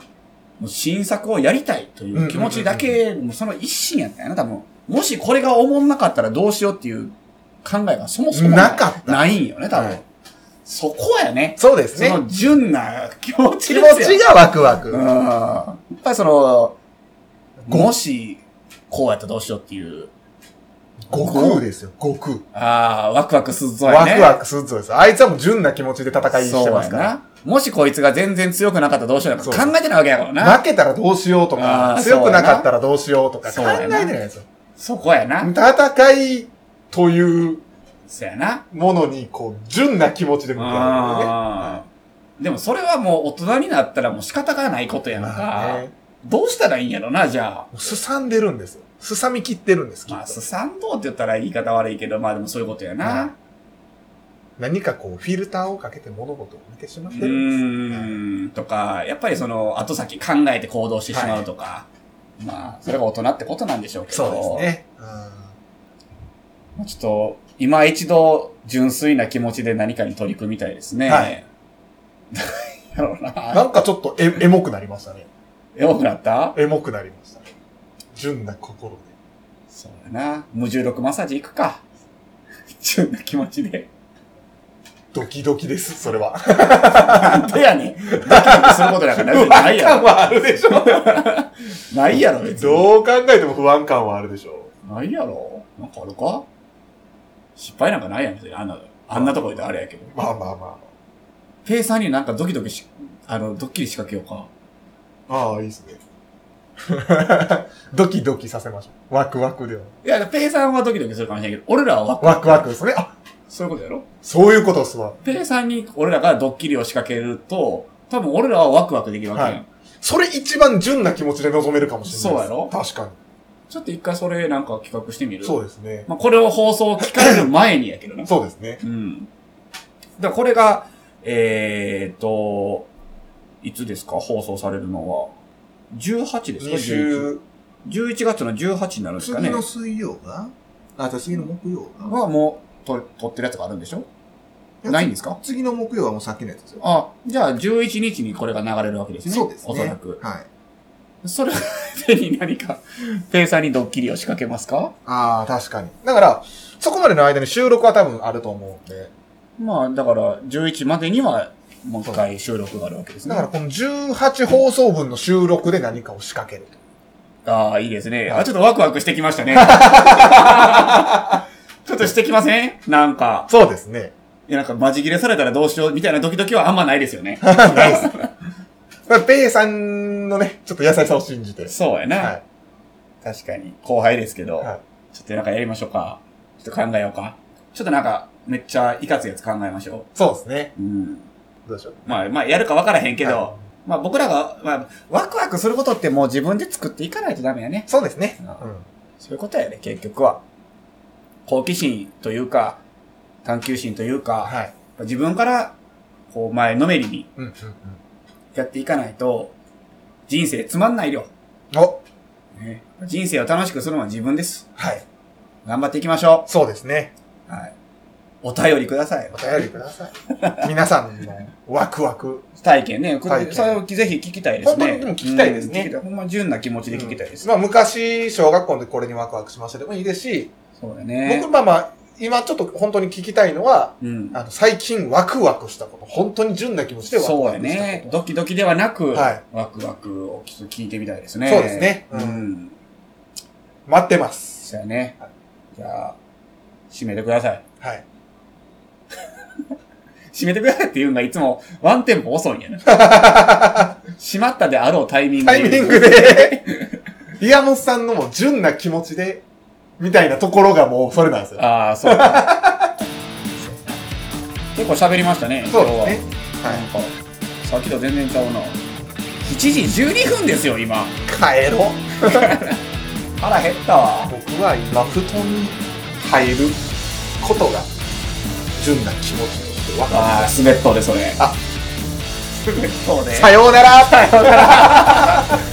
Speaker 2: もう新作をやりたいという気持ちだけ、もうその一心やったんやな、多分。もしこれが思んなかったらどうしようっていう考えがそもそも
Speaker 1: なかった
Speaker 2: ないんよね、多分。
Speaker 1: はい
Speaker 2: そこやね。
Speaker 1: そうです
Speaker 2: そ
Speaker 1: ね。
Speaker 2: の純な気持ち
Speaker 1: 気
Speaker 2: で
Speaker 1: 持
Speaker 2: すよ。
Speaker 1: ちがワクワ
Speaker 2: うん。
Speaker 1: ク。
Speaker 2: やっぱりその、もし、こうやったらどうしようっていう、
Speaker 1: 悟空ですよ、悟空。
Speaker 2: ああ、ワクワクするぞや
Speaker 1: ワ
Speaker 2: ね。
Speaker 1: クワクするぞです。あいつはもう純な気持ちで戦いし
Speaker 2: そう
Speaker 1: て
Speaker 2: や
Speaker 1: ますから。
Speaker 2: な。もしこいつが全然強くなかったらどうしようとか考えてないわけやからな。
Speaker 1: 負けたらどうしようと
Speaker 2: あ
Speaker 1: か、
Speaker 2: ー
Speaker 1: 強くなかったらどうしようとか
Speaker 2: そ
Speaker 1: 考
Speaker 2: う
Speaker 1: え
Speaker 2: やな
Speaker 1: てないですよ。
Speaker 2: そこやな。
Speaker 1: 戦いという
Speaker 2: そうやな。
Speaker 1: ものに、こう、純な気持ちで向き合うのね。
Speaker 2: あーでもそれはもう大人になったらもう仕方がないことやんか。
Speaker 1: まあね、
Speaker 2: どうしたらいいんやろな、じゃあ。
Speaker 1: もうすさんでるんですよ。すさみきってるんです、きっ
Speaker 2: まあ、
Speaker 1: と
Speaker 2: す。さんどうって言ったら言い方悪いけど、まあでもそういうことやな。
Speaker 1: 何かこう、フィルターをかけて物事を見てしまっ
Speaker 2: う
Speaker 1: てるんです。
Speaker 2: ーん、とか、やっぱりその、後先考えて行動してしまうとか。まあ、それが大人ってことなんでしょうけど。
Speaker 1: そうですね。うん
Speaker 2: まあちょっと、今一度、純粋な気持ちで何かに取り組みたいですね。。
Speaker 1: はい
Speaker 2: やろうな。
Speaker 1: なんかちょっとエ、エモくなりましたね。
Speaker 2: 弱くなった
Speaker 1: エモくなりましたね。純な心で。
Speaker 2: そうだな。無重力マッサージ行くか。 純な気持ちで。
Speaker 1: ドキドキです、それは。
Speaker 2: なんでやねん。ドキドキすることなんかな
Speaker 1: 違
Speaker 2: いや
Speaker 1: 和感はあるでしょ。
Speaker 2: ないやろ、別に。
Speaker 1: どう考えても不安感はあるでしょ。
Speaker 2: ないやろなんかあるか失敗なんかないやん、別に。あんな、あんなとこであれやけど。
Speaker 1: まあまあま
Speaker 2: ペイさんになんかドキドキし、あの、ドッキリ仕掛けようか。
Speaker 1: あ。ああ、いいです ね。ドキドキさせましょう。ワクワクでは。
Speaker 2: いや、ペイさんはドキドキするかもしれないけど、俺らはワク
Speaker 1: ワクワクですね。あ、
Speaker 2: そういうことやろ
Speaker 1: そういうことっすわ。
Speaker 2: ペイさんに俺らがドッキリを仕掛けると、多分俺らはワクワクできるわけやん。
Speaker 1: はそれ一番純な気持ちで臨めるかもしれないです。
Speaker 2: そうやろ
Speaker 1: 確か
Speaker 2: ちょっと一回それなんか企画してみ
Speaker 1: に。
Speaker 2: る。
Speaker 1: そうですね。
Speaker 2: まあ、これを放送聞かれる前にやけどな。
Speaker 1: そうですね。
Speaker 2: うん。だからこれが、えーっと、いつですか放送されるのは。18ですか
Speaker 1: 2週、
Speaker 2: 11 11月の18になるんですかね。
Speaker 1: 水曜があ、じゃあ次の木曜
Speaker 2: はもう、と、撮ってるやつがあるんでしょないんですか
Speaker 1: 次の木曜はもうさっきのやつですよ。
Speaker 2: あ、じゃあ11日にこれが流れるわけですね。おそらく。
Speaker 1: はい。
Speaker 2: それ手に何か、ペイさんにドッキリを仕掛けますか
Speaker 1: ああ、確かに。だから、そこまでの間に収録は多分あると思うんで。
Speaker 2: まあ、だから、11までには、もう一回収録があるわけですね。
Speaker 1: だからこの18放送分の収録で何かを仕掛ける。
Speaker 2: ああ、いいですね。あ、ちょっとワクワクしてき ましたね。ちょっとしてきませんなんか、
Speaker 1: そうですね。
Speaker 2: いや、なんか、マジ切れされたらどうしようみたいなドキドキはあんまないですよね。
Speaker 1: ないです。まあ、ペイさんのね、ちょっと優しさを信じて。
Speaker 2: そうやな、
Speaker 1: はい。
Speaker 2: 確かに。後輩ですけど、
Speaker 1: は
Speaker 2: ちょっとなんかやりましょうか。ちょっと考えようか。ちょっとなんか、めっちゃいかついやつ考えましょ
Speaker 1: そうですね。
Speaker 2: う。うん。
Speaker 1: どうでしょう。
Speaker 2: まあ、まあ、やるかわからへんけど、
Speaker 1: は
Speaker 2: まあ僕らが、まあ、ワクワクすることってもう自分で作っていかないとダメやね。
Speaker 1: そうですね。
Speaker 2: あ
Speaker 1: うん。
Speaker 2: そういうことやね、結局は。好奇心というか、探求心というか、
Speaker 1: はい。
Speaker 2: 自分から、こう、前のめりに
Speaker 1: うん、うん、
Speaker 2: やっていかないと、人生つまんないよ。
Speaker 1: うん。お
Speaker 2: ね人生を楽しくするのは自分です。
Speaker 1: はい。
Speaker 2: 頑張っていきましょ
Speaker 1: そうですね。
Speaker 2: う。はい。お便りください
Speaker 1: お。便りください。皆さんのワクワク。
Speaker 2: 体験ね。これ
Speaker 1: 体験
Speaker 2: それをぜひ聞きたいですね。
Speaker 1: 本当にでも聞きたいですね
Speaker 2: うん聞きたいほんま純な気持ちで聞きたいです。
Speaker 1: まあ、昔、小学校の時これにワクワクしましたでもいいですし、
Speaker 2: そうだね。
Speaker 1: 僕、まあまあ、今ちょっと本当に聞きたいのは、
Speaker 2: うん。
Speaker 1: あの、最近ワクワクしたこと。本当に純な気持ちでワク
Speaker 2: そう
Speaker 1: ワ
Speaker 2: や
Speaker 1: クしたこと。
Speaker 2: ね。ドキドキではなく、
Speaker 1: はい
Speaker 2: ワクワクをちょっと聞いてみたいですね。
Speaker 1: そうですね
Speaker 2: う。
Speaker 1: うんん待ってます。
Speaker 2: そうやね。じゃあ、締めてください。
Speaker 1: はい。
Speaker 2: 締めてくださいって言うんがいつもワンテンポ 遅いんやな。閉まったであろうタイミング
Speaker 1: タイミングで、 岩本さんのも純な気持ちで、みたいなところがもうそれなんですよ。
Speaker 2: ああ、そうか。結構喋りましたね、
Speaker 1: そうですね。
Speaker 2: 今日は。なんか、さっきと全然ちゃうな。7時12分ですよ、今。
Speaker 1: はい。帰ろう。
Speaker 2: 腹減ったわ。
Speaker 1: 僕は今、布団に入ることが、純な気持ちとしてワクワ
Speaker 2: ああ、スベットで、それ。
Speaker 1: あ
Speaker 2: スベットで
Speaker 1: ク。さようなら
Speaker 2: さよなら